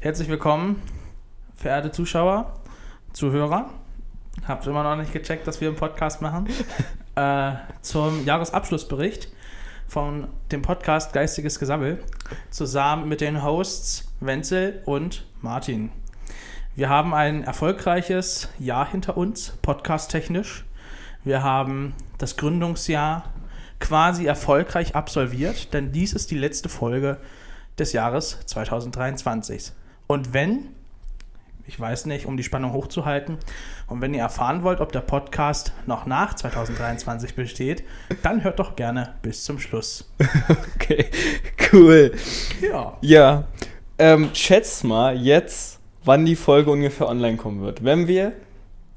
Herzlich willkommen, verehrte Zuschauer, Zuhörer. Habt immer noch nicht gecheckt, dass wir einen Podcast machen. äh, zum Jahresabschlussbericht von dem Podcast Geistiges Gesammel zusammen mit den Hosts Wenzel und Martin. Wir haben ein erfolgreiches Jahr hinter uns, podcasttechnisch. Wir haben das Gründungsjahr quasi erfolgreich absolviert, denn dies ist die letzte Folge des Jahres 2023. Und wenn, ich weiß nicht, um die Spannung hochzuhalten, und wenn ihr erfahren wollt, ob der Podcast noch nach 2023 besteht, dann hört doch gerne bis zum Schluss. Okay, cool. Ja. Ja, ähm, schätz mal jetzt, wann die Folge ungefähr online kommen wird. Wenn wir,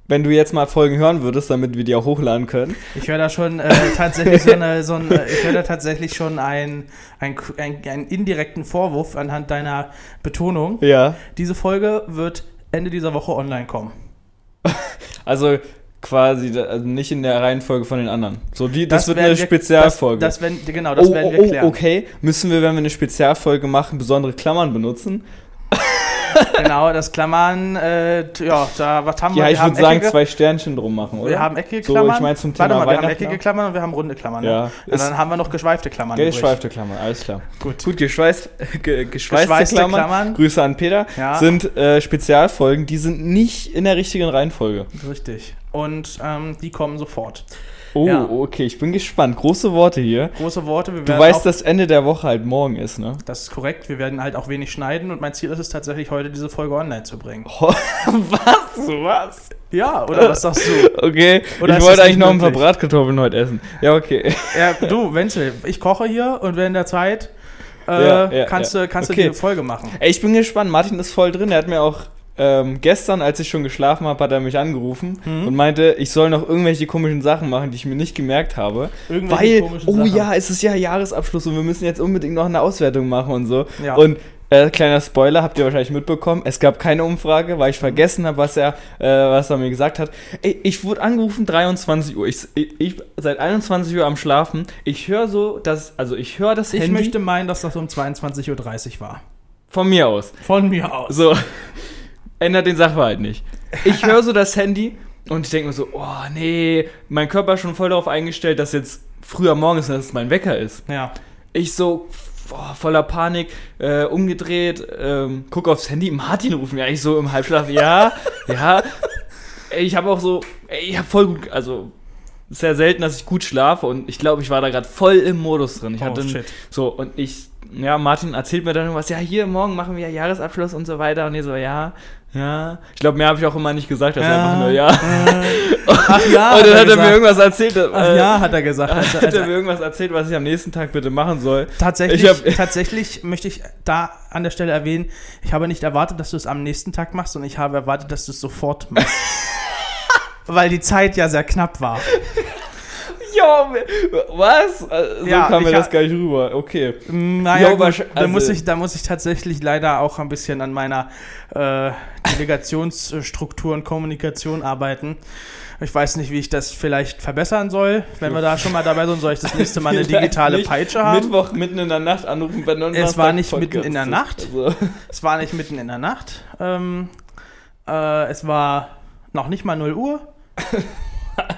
wenn du jetzt mal Folgen hören würdest, damit wir die auch hochladen können. Ich höre da schon äh, tatsächlich so, eine, so ein, äh, ich höre da tatsächlich schon einen ein, ein, einen indirekten Vorwurf anhand deiner Betonung. Ja, Diese Folge wird Ende dieser Woche online kommen. also quasi da- also nicht in der Reihenfolge von den anderen. So die, das, wird werden eine wir- Spezialfolge. Das, das werden, genau, das oh, werden oh, wir klären. oh, okay. Müssen wir, wenn wir eine Spezialfolge machen, besondere Klammern benutzen? Genau, das Klammern, äh, t- ja, da, was haben wir? Ja, wir ich haben würde sagen, eckige- zwei Sternchen drum machen, oder? Wir haben eckige So, Klammern. ich meine zum Warte Thema mal, wir haben Weihnachten eckige auch. Klammern und wir haben runde Klammern. Ja, ne? Und ist- dann haben wir noch geschweifte Klammern. übrig. Geschweifte Klammern, alles klar. Gut. Gut, geschweißt, ge, geschweißte, Geschweißte Klammern, Klammern. Grüße an Peter, Ja. sind äh, Spezialfolgen, die sind nicht in der richtigen Reihenfolge. Richtig. Und ähm, die kommen sofort. Oh, Ja. okay, ich bin gespannt. Große Worte hier. Große Worte. Wir Du werden auch, weißt, dass Ende der Woche halt morgen ist, ne? das ist korrekt. Wir werden halt auch wenig schneiden und mein Ziel ist es tatsächlich, heute diese Folge online zu bringen. was? Was? Ja, oder was sagst du? Okay, Oder ich ist das wollte nicht eigentlich noch ein paar möglich? Bratkartoffeln heute essen. Ja, okay. ja, du, Wenzel, ich koche hier und während der Zeit äh, Ja, ja, kannst, ja. Du, kannst Okay. du die Folge machen. Ey, ich bin gespannt. Martin ist voll drin. Er hat mir auch ähm, gestern, als ich schon geschlafen habe, hat er mich angerufen Mhm. und meinte, ich soll noch irgendwelche komischen Sachen machen, die ich mir nicht gemerkt habe. Irgendwelche Weil, komischen oh Sachen. ja, es ist ja Jahresabschluss und wir müssen jetzt unbedingt noch eine Auswertung machen und so. Ja. Und äh, kleiner Spoiler, habt ihr wahrscheinlich mitbekommen, es gab keine Umfrage, weil ich vergessen habe, was er, äh, was er mir gesagt hat. Ey, ich wurde angerufen, 23 Uhr. Ich, ich, ich seit 21 Uhr am Schlafen. Ich höre so, dass, also ich höre das Ich Handy möchte meinen, dass das um 22.30 Uhr war. von mir aus. Von mir aus. So, ändert den Sachverhalt nicht. Ich höre so das Handy und ich denke mir so, oh nee, mein Körper ist schon voll darauf eingestellt, dass jetzt früher morgens, dass es mein Wecker ist. Ja. Ich so boah, voller Panik, äh, umgedreht, ähm, guck aufs Handy, Martin ruft mir eigentlich so im Halbschlaf, ja, ja. Ey, Ich habe auch so, ey, ich habe voll gut, also sehr selten, dass ich gut schlafe und ich glaube, ich war da gerade voll im Modus drin. Ich Oh, hatte shit. so und ich, ja, Martin erzählt mir dann irgendwas, ja, hier morgen machen wir Jahresabschluss und so weiter und ich so, ja, ja. Ich glaube, mehr habe ich auch immer nicht gesagt, das Ja. einfach nur ja. Äh, Ach ja, und dann Ah, hat er mir gesagt. irgendwas erzählt. Ach äh, ja, hat er gesagt. Also, hat er also, mir irgendwas erzählt, was ich am nächsten Tag bitte machen soll. tatsächlich, Ich hab- tatsächlich möchte ich da an der Stelle erwähnen, ich habe nicht erwartet, dass du es am nächsten Tag machst, sondern ich habe erwartet, dass du es sofort machst. Weil die Zeit ja sehr knapp war. Jo, was? Äh, So Ja, kam mir ich das ha- gar nicht rüber. Okay. Naja, Jo, gut, wahrsch- da, muss also- ich, da muss ich tatsächlich leider auch ein bisschen an meiner äh, Delegationsstruktur und Kommunikation arbeiten. Ich weiß nicht, wie ich das vielleicht verbessern soll. Wenn wir da schon mal dabei sind, soll ich das nächste Mal eine Vielleicht digitale nicht Peitsche haben. Mittwoch mitten in der Nacht anrufen bei Es war nicht mitten in der Nacht. Also, Es war nicht mitten in der Nacht. Ähm, äh, es war noch nicht mal 0 Uhr.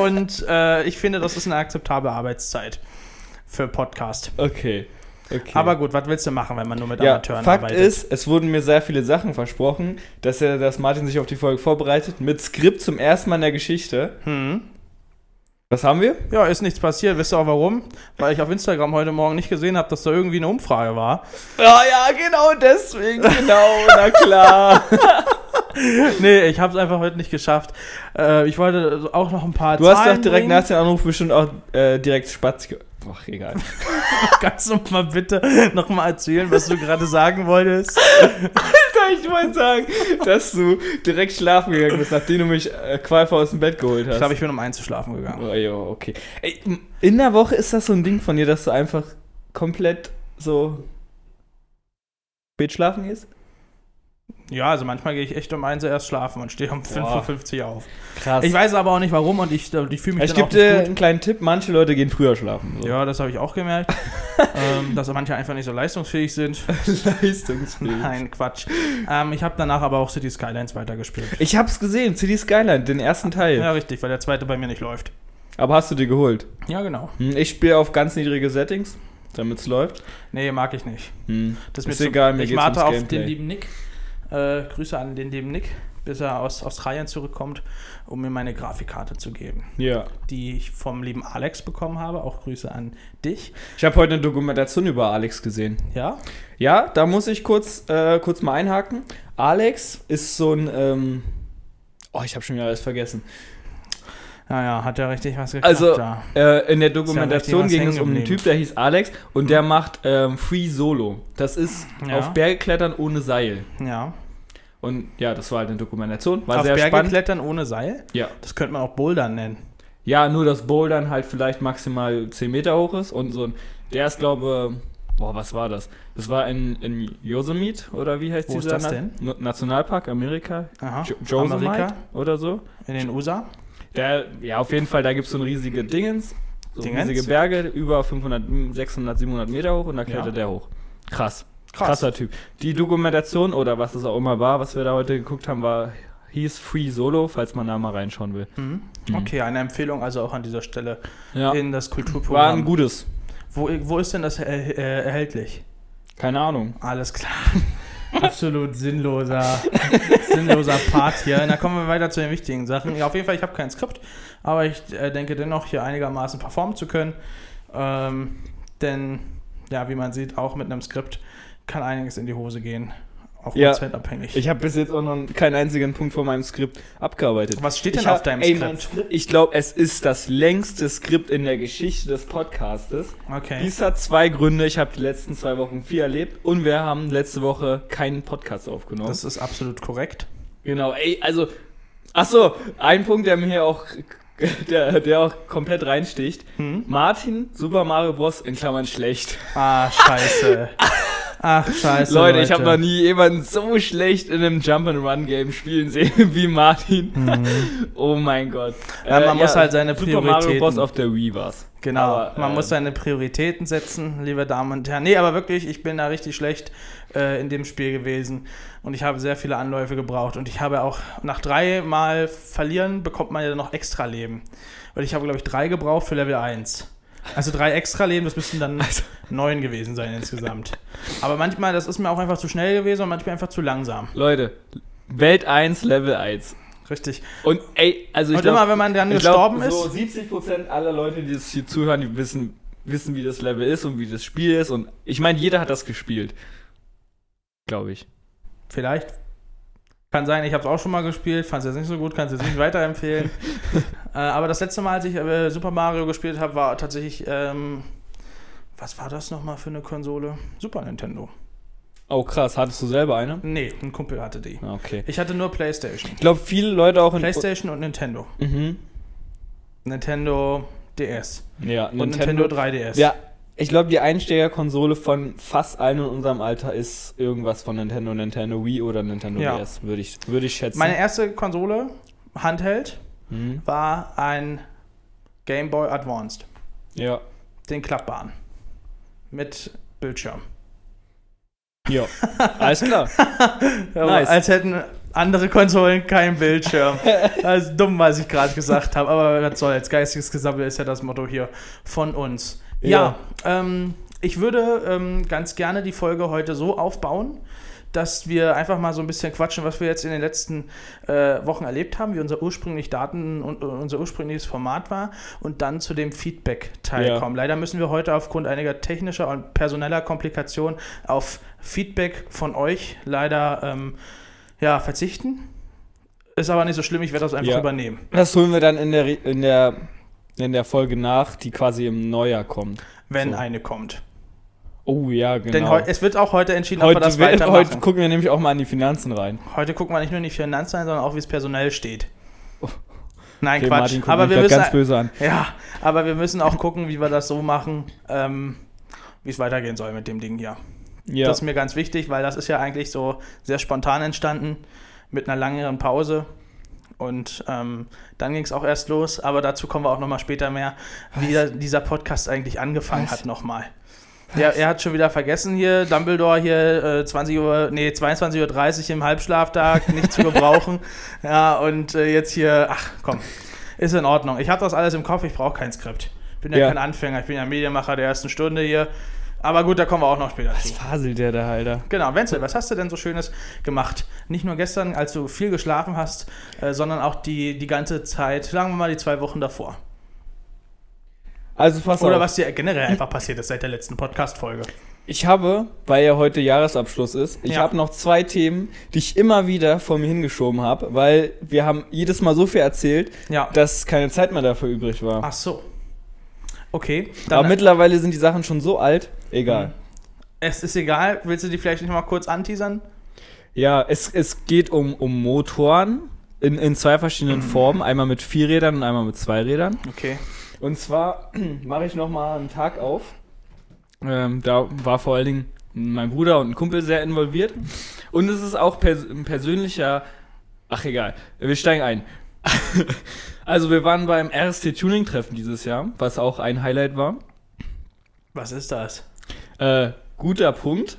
Und äh, ich finde, das ist eine akzeptable Arbeitszeit für Podcast. okay. okay. Aber gut, was willst du machen, wenn man nur mit ja, Amateuren Fakt arbeitet? ist, es wurden mir sehr viele Sachen versprochen, dass, er, dass Martin sich auf die Folge vorbereitet. Mit Skript zum ersten Mal in der Geschichte. Hm. Was haben wir? Ja, ist nichts passiert. Wisst ihr auch warum? Weil ich auf Instagram heute Morgen nicht gesehen habe, dass da irgendwie eine Umfrage war. Ah ja, genau deswegen. Genau, na klar. nee, ich habe es einfach heute nicht geschafft. Äh, ich wollte auch noch ein paar Du hast Zahlen doch direkt bringen. nach dem Anruf bestimmt auch äh, direkt Spatz. ge- Ach, egal. Kannst du mal bitte nochmal erzählen, was du gerade sagen wolltest? Kann ich mal sagen, dass du direkt schlafen gegangen bist, nachdem du mich äh, qualvoll aus dem Bett geholt hast. Ich glaube, ich bin um einzuschlafen gegangen. Oh, jo, okay. Ey, m- in der Woche ist das so ein Ding von dir, dass du einfach komplett so spät schlafen gehst? Ja, also manchmal gehe ich echt um 1 Uhr erst schlafen und stehe um Boah. 5.50 Uhr auf. Krass. Ich weiß aber auch nicht warum und ich, ich fühle mich es dann gibt auch nicht äh, gut. einen kleinen Tipp, manche Leute gehen früher schlafen. Ja, das habe ich auch gemerkt, ähm, dass manche einfach nicht so leistungsfähig sind. Leistungsfähig. Nein, Quatsch. Ähm, ich habe danach aber auch City Skylines weitergespielt. Ich hab's gesehen, City Skyline, den ersten Teil. Ja, richtig, weil der zweite bei mir nicht läuft. Aber hast du dir geholt? Ja, genau. Hm, Ich spiele auf ganz niedrige Settings, damit's läuft. Nee, mag ich nicht. Hm. Das Ist zu- egal, mir Ich geht's warte ums auf den Gameplay. lieben Nick. Äh, Grüße an den lieben Nick, bis er aus Australien zurückkommt, um mir meine Grafikkarte zu geben, Ja. die ich vom lieben Alex bekommen habe. Auch Grüße an dich. Ich habe heute eine Dokumentation über Alex gesehen. Ja, Ja, da muss ich kurz, äh, kurz mal einhaken. Alex ist so ein. Ähm oh, ich habe schon wieder alles vergessen. naja, hat ja richtig was geklappt. Also, da. äh, in der Ist ja Dokumentation richtig was ging es um einen hängen Typ, der hieß Alex und der macht ähm, Free Solo. Das ist Mhm. Ja. auf Berge klettern ohne Seil. ja. Und ja, das war halt eine Dokumentation. War Auf sehr Berge spannend. klettern ohne Seil? Ja. Das könnte man auch Bouldern nennen. ja, nur dass Bouldern halt vielleicht maximal 10 Meter hoch ist und so ein. Der ist, glaube Boah, was war das? Das war in, in Yosemite oder wie heißt Wo ist dieser das Na- denn? Na- Nationalpark, Amerika? Aha. Jo- Yosemite Amerika, oder so? in den USA. Der, ja, auf jeden Fall, da gibt es so ein riesige Dingens, so Dingens? riesige Berge, über 500, 600, 700 Meter hoch und da klettert Ja. der hoch. Krass. Krass. Krasser Typ. Die Dokumentation oder was es auch immer war, was wir da heute geguckt haben, war hieß Free Solo, falls man da mal reinschauen will. Mhm. Okay, eine Empfehlung also auch an dieser Stelle Ja, in das war ein Kulturprogramm. gutes. Wo, wo ist denn das äh, äh, erhältlich? Keine Ahnung. Alles klar. Absolut sinnloser, sinnloser Part hier. Na, kommen wir weiter zu den wichtigen Sachen. Ja, auf jeden Fall, ich habe kein Skript, aber ich äh, denke dennoch, hier einigermaßen performen zu können. Ähm, denn, ja, wie man sieht, auch mit einem Skript kann einiges in die Hose gehen. Auch Ja. zeitabhängig. Ich habe bis jetzt auch noch keinen einzigen Punkt von meinem Skript abgearbeitet. Was steht denn Ich auf hab- deinem ey, mein Skript? Skript- Ich glaube, es ist das längste Skript in der Geschichte des Podcastes. Okay. Dies hat zwei Gründe. Ich habe die letzten zwei Wochen viel erlebt und wir haben letzte Woche keinen Podcast aufgenommen. Das ist absolut korrekt. genau, ey, also. Achso, ein Punkt, der mir hier auch. Der, der auch komplett reinsticht. Hm? Martin, Super Mario Bros. in Klammern schlecht. Ah, scheiße. Ach, scheiße. Leute, ich habe noch nie jemanden so schlecht in einem Jump'n'Run-Game spielen sehen wie Martin. Oh mein Gott. Hm. Äh, Ja, man muss halt seine Super Mario Bros. Prioritäten- auf der Wii war's. Genau, Aber, man äh, muss seine Prioritäten setzen, liebe Damen und Herren. Nee, aber wirklich, ich bin da richtig schlecht äh, in dem Spiel gewesen und ich habe sehr viele Anläufe gebraucht und ich habe auch nach drei Mal verlieren bekommt man ja noch extra Leben. Und ich habe, glaube ich, drei gebraucht für Level 1. Also drei extra Leben, das müssten dann Also neun gewesen sein insgesamt. Aber manchmal, das ist mir auch einfach zu schnell gewesen und manchmal einfach zu langsam. Leute, Welt 1, Level 1. Richtig. Und ey, also ich Und glaub- immer, wenn man dann Ich glaub, gestorben so ist. 70% aller Leute, die das hier zuhören, die wissen, wissen, wie das Level ist und wie das Spiel ist. Und ich meine, jeder hat das gespielt. Glaube ich. Vielleicht. Kann sein, ich habe es auch schon mal gespielt, fand es jetzt nicht so gut, kann es jetzt nicht weiterempfehlen. äh, aber das letzte Mal, als ich äh, Super Mario gespielt habe, war tatsächlich, ähm, was war das nochmal für eine Konsole? Super Nintendo. Oh krass, hattest du selber eine? Nee, ein Kumpel hatte die. Ah, Okay. Ich hatte nur Playstation. Ich glaube, viele Leute auch in. Playstation und Nintendo. Mhm. Nintendo DS. Ja, Und Nintendo, 3DS. Ja, ich glaube, die Einsteigerkonsole von fast allen in unserem Alter ist irgendwas von Nintendo, Nintendo Wii oder Nintendo Ja. DS, würde ich, würde ich schätzen. Meine erste Konsole, Handheld, mhm. war ein Game Boy Advanced. Ja. Den klappbaren. Mit Bildschirm. Ja. Alles klar. Ja, Nice. Als hätten andere Konsolen keinen Bildschirm. das ist dumm, was ich gerade gesagt habe. Aber was soll's. Geistiges Gesammel ist ja das Motto hier von uns. Ja, ähm, ich würde ähm, ganz gerne die Folge heute so aufbauen, dass wir einfach mal so ein bisschen quatschen, was wir jetzt in den letzten äh, Wochen erlebt haben, wie unser ursprünglich Daten und äh, unser ursprüngliches Format war und dann zu dem Feedback-Teil Ja. kommen. Leider müssen wir heute aufgrund einiger technischer und personeller Komplikationen auf Feedback von euch leider ähm, ja, verzichten. Ist aber nicht so schlimm, ich werde das einfach Ja. übernehmen. Das holen wir dann in der, Re- in der, in der Folge nach, die quasi im Neujahr kommt. wenn So. eine kommt. Oh ja, genau. Denn heu- es wird auch heute entschieden, ob wir heute, das wird- weitermachen. heute gucken wir nämlich auch mal in die Finanzen rein. Heute gucken wir nicht nur in die Finanzzahlen, sondern auch, wie es personell steht. Nein, Oh. Okay, Quatsch. guckt aber, mich wir grad müssen, ganz böse an. ja, aber wir müssen auch gucken, wie wir das so machen, ähm, wie es weitergehen soll mit dem Ding hier. Ja. Das ist mir ganz wichtig, weil das ist ja eigentlich so sehr spontan entstanden mit einer langeren Pause. Und ähm, dann ging es auch erst los, aber dazu kommen wir auch nochmal später mehr, wie da- dieser Podcast eigentlich angefangen Was? hat nochmal. Ja, er hat schon wieder vergessen hier, Dumbledore hier, äh, 20 Uhr, nee, 22.30 Uhr im Halbschlaf da, nicht zu gebrauchen. Ja, und äh, jetzt hier, ach komm, ist in Ordnung. Ich habe das alles im Kopf, ich brauche kein Skript. Ich bin ja, Ja. kein Anfänger, ich bin ja Medienmacher der ersten Stunde hier. Aber gut, da kommen wir auch noch später Was zu. faselt der da, Alter? Genau, Wenzel, was hast du denn so Schönes gemacht? Nicht nur gestern, als du viel geschlafen hast, äh, sondern auch die, die ganze Zeit, sagen wir mal die zwei Wochen davor. Also pass Oder auf. was dir generell einfach passiert ist seit der letzten Podcast-Folge. Ich habe, weil ja heute Jahresabschluss ist, ich Ja. habe noch zwei Themen, die ich immer wieder vor mir hingeschoben habe, weil wir haben jedes Mal so viel erzählt, Ja. dass keine Zeit mehr dafür übrig war. Ach so. Okay, Aber mittlerweile sind die Sachen schon so alt. Egal. es ist egal. Willst du die vielleicht nicht mal kurz anteasern? Ja, es, es geht um, um Motoren in, in zwei verschiedenen Formen. Einmal mit vier Rädern und einmal mit zwei Rädern. Okay. Und zwar mache ich nochmal einen Tag auf. Ähm, da war vor allen Dingen mein Bruder und ein Kumpel sehr involviert. Und es ist auch pers ein persönlicher. Ach, egal. Wir steigen ein. also, wir waren beim RST Tuning-Treffen dieses Jahr, was auch ein Highlight war. Was ist das? Äh, guter Punkt.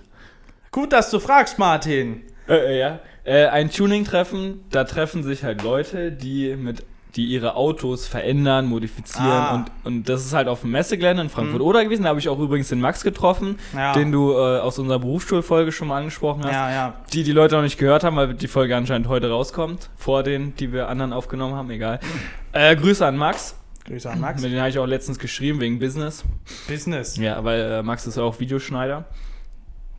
Gut, dass du fragst, Martin. Äh, äh, ja. Äh, ein Tuning-Treffen, da treffen sich halt Leute, die mit die ihre Autos verändern, modifizieren Ah. Mhm. und, und das ist halt auf dem Messegelände in Frankfurt-Oder gewesen. Da habe ich auch übrigens den Max getroffen, Ja. den du äh, aus unserer Berufsschulfolge schon mal angesprochen hast. Ah. Ja, ja. Die die Leute noch nicht gehört haben, weil die Folge anscheinend heute rauskommt, vor den, die wir anderen aufgenommen haben, egal. Äh, Grüße an Max. Grüße an Max. Mit den habe ich auch letztens geschrieben wegen Business. Business. Ja, weil äh, Max ist ja auch Videoschneider.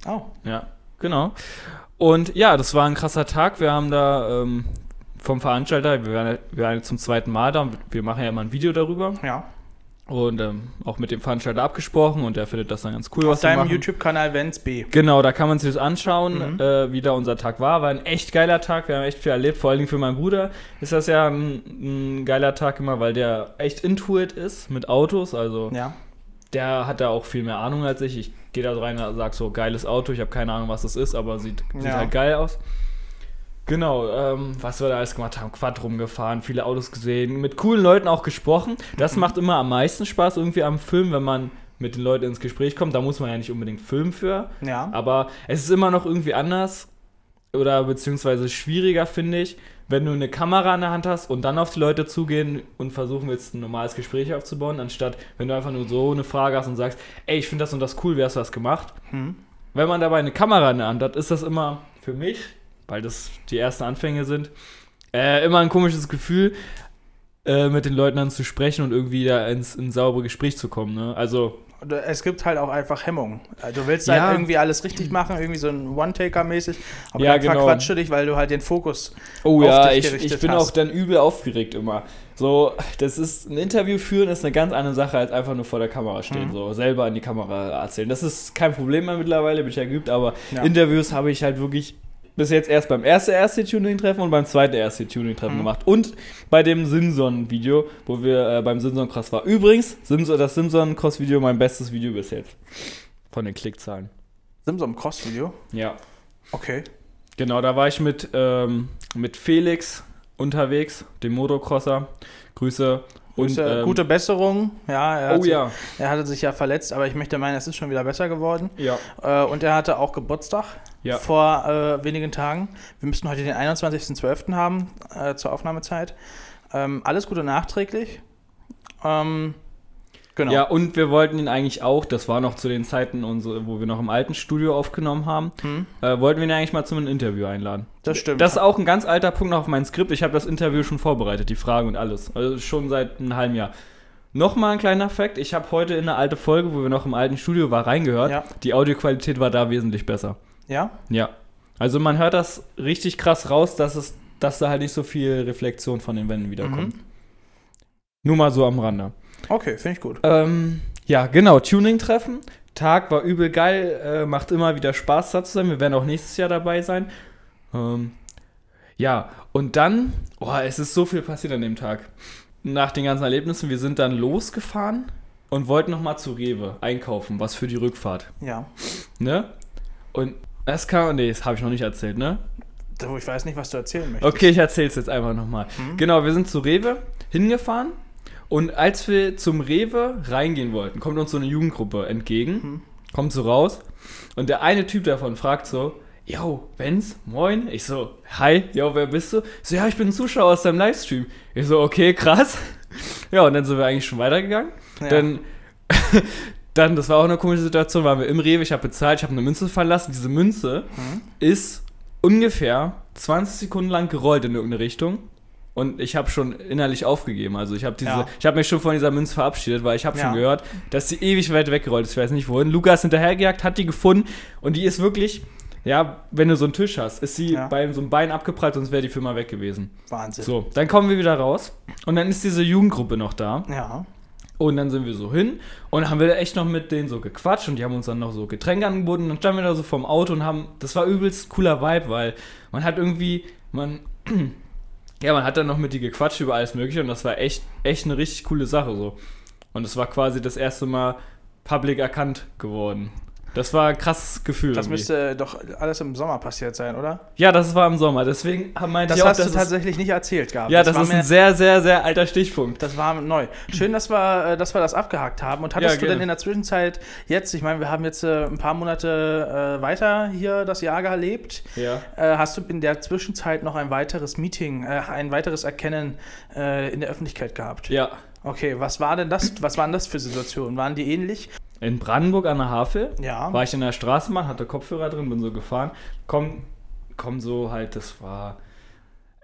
Oh, Ja, genau. Und ja, das war ein krasser Tag. Wir haben da ähm, vom Veranstalter, wir waren, wir waren zum zweiten Mal da, und wir machen ja immer ein Video darüber ja. und ähm, auch mit dem Veranstalter abgesprochen und der findet das dann ganz cool, Auf was wir deinem machen. YouTube-Kanal Vents B. Genau, da kann man sich das anschauen, Mhm. äh, wie da unser Tag war. War ein echt geiler Tag, wir haben echt viel erlebt, vor allen Dingen für meinen Bruder ist das ja ein, ein geiler Tag immer, weil der echt intuit ist mit Autos, also Ja. der hat da auch viel mehr Ahnung als ich. Ich gehe da so rein und sag so, geiles Auto, ich habe keine Ahnung, was das ist, aber sieht, sieht Ja. halt geil aus. Genau, ähm, was wir da alles gemacht haben, Quad rumgefahren, viele Autos gesehen, mit coolen Leuten auch gesprochen. Das macht immer am meisten Spaß irgendwie am Film, wenn man mit den Leuten ins Gespräch kommt. Da muss man ja nicht unbedingt filmen für, Ja. aber es ist immer noch irgendwie anders oder beziehungsweise schwieriger, finde ich, wenn du eine Kamera in der Hand hast und dann auf die Leute zugehen und versuchen willst, ein normales Gespräch aufzubauen, anstatt wenn du einfach nur so eine Frage hast und sagst, ey, ich finde das und das cool, wie hast du das gemacht? Hm. Wenn man dabei eine Kamera in der Hand hat, ist das immer für mich, weil das die ersten Anfänge sind, äh, immer ein komisches Gefühl, äh, mit den Leuten dann zu sprechen und irgendwie da ins, ins saubere Gespräch zu kommen. Ne? Also Und, äh, Es gibt halt auch einfach Hemmungen. Äh, Du willst Ja. halt irgendwie alles richtig machen, irgendwie so ein One-Taker-mäßig, aber Ja, dann genau. verquatschst du dich, weil du halt den Fokus. Oh auf ja, dich ich, gerichtet ich bin hast. auch dann übel aufgeregt immer. So, das ist ein Interview führen ist eine ganz andere Sache als einfach nur vor der Kamera stehen, Mhm. so selber in die Kamera erzählen. Das ist kein Problem mehr mittlerweile, bin ich ja geübt, aber Ja. Interviews habe ich halt wirklich bis jetzt erst beim ersten erste Tuning-Treffen und beim zweiten erste Tuning-Treffen Mhm. gemacht. Und bei dem Simson-Video, wo wir äh, beim Simson-Cross war. Übrigens, Simson, das Simson-Cross-Video mein bestes Video bis jetzt. Von den Klickzahlen. Simson Cross-Video. Ja. Okay. Genau, da war ich mit, ähm, mit Felix unterwegs, dem Motocrosser. Grüße. Grüße, ähm, gute Besserung. Ja, er hat Oh sich- ja, Er hatte sich ja verletzt, aber ich möchte meinen, es ist schon wieder besser geworden. ja, Äh, und er hatte auch Geburtstag ja. vor äh, wenigen Tagen. Wir müssten heute den 21.12. haben äh, zur Aufnahmezeit. Ähm, alles Gute nachträglich. Ähm, genau. Ja, und wir wollten ihn eigentlich auch, das war noch zu den Zeiten, unsere, wo wir noch im alten Studio aufgenommen haben, Hm, äh, wollten wir ihn eigentlich mal zum Interview einladen. das stimmt. Das ist auch ein ganz alter Punkt noch auf meinem Skript. Ich habe das Interview schon vorbereitet, die Fragen und alles. Also schon seit einem halben Jahr. Nochmal ein kleiner Fakt. Ich habe heute in eine alte Folge, wo wir noch im alten Studio war, reingehört. Ja. Die Audioqualität war da wesentlich besser. ja? Ja. Also man hört das richtig krass raus, dass es, dass da halt nicht so viel Reflexion von den Wänden wiederkommt. Nur mal so am Rande. Okay, finde ich gut. Ähm, ja, genau, Tuning-Treffen. Tag war übel geil, äh, macht immer wieder Spaß da zu sein. Wir werden auch nächstes Jahr dabei sein. Ähm, ja, und dann, oh, es ist so viel passiert an dem Tag. Nach den ganzen Erlebnissen, wir sind dann losgefahren und wollten nochmal zu Rewe einkaufen, was für die Rückfahrt. Ja. Ne? Und das kann, nee, das habe ich noch nicht erzählt, ne? Du, ich weiß nicht, was du erzählen möchtest. Okay, ich erzähle es jetzt einfach nochmal. Genau, wir sind zu Rewe hingefahren und als wir zum Rewe reingehen wollten, kommt uns so eine Jugendgruppe entgegen, kommt so raus und der eine Typ davon fragt so, Yo, Benz, moin. Ich so, hi, yo, wer bist du? So, ja, ich bin ein Zuschauer aus deinem Livestream. Ich so, okay, krass. Ja, und dann sind wir eigentlich schon weitergegangen. Ja. Dann, dann, das war auch eine komische Situation, waren wir im Rewe, ich habe bezahlt, ich habe eine Münze verlassen. Diese Münze Hm? ist ungefähr 20 Sekunden lang gerollt in irgendeine Richtung. Und ich habe schon innerlich aufgegeben. Also ich habe diese, Ja. ich habe mich schon von dieser Münze verabschiedet, weil ich habe Ja. schon gehört, dass sie ewig weit weggerollt ist. Ich weiß nicht wohin. Lukas hinterhergejagt, hat die gefunden und die ist wirklich, ja, wenn du so einen Tisch hast, ist sie Ja. bei so einem Bein abgeprallt, sonst wäre die Firma weg gewesen. Wahnsinn. So, dann kommen wir wieder raus und dann ist diese Jugendgruppe noch da. Ja. Und dann sind wir so hin und haben wir da echt noch mit denen so gequatscht und die haben uns dann noch so Getränke angeboten. Und dann standen wir da so vorm Auto und haben, das war übelst cooler Vibe, weil man hat irgendwie, man, ja, man hat dann noch mit die gequatscht über alles Mögliche und das war echt, echt eine richtig coole Sache so. Und es war quasi das erste Mal public erkannt geworden. Das war ein krasses Gefühl. Das irgendwie. müsste äh, doch alles im Sommer passiert sein, oder? ja, das war im Sommer, deswegen meinte Das ich auch, hast dass du es, tatsächlich nicht erzählt gehabt. ja, das, war ist ein mir- sehr, sehr, sehr alter Stichpunkt. Das war neu. Schön, dass wir, äh, dass wir das abgehakt haben. Und hattest Ja, du gerne. denn in der Zwischenzeit jetzt, ich meine, wir haben jetzt äh, ein paar Monate äh, weiter hier das Jahr gelebt. Ja. Äh, hast du in der Zwischenzeit noch ein weiteres Meeting, äh, ein weiteres Erkennen äh, in der Öffentlichkeit gehabt? Ja. Okay, was war denn das? Was waren das für Situationen? Waren die ähnlich? In Brandenburg an der Havel Ja. war ich in der Straßenbahn, hatte Kopfhörer drin, bin so gefahren. Komm, komm so halt, das war.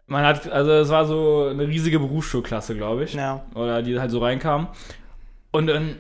Man hat, also es war so eine riesige Berufsschulklasse, glaube ich. Ja. Oder die halt so reinkam. Und dann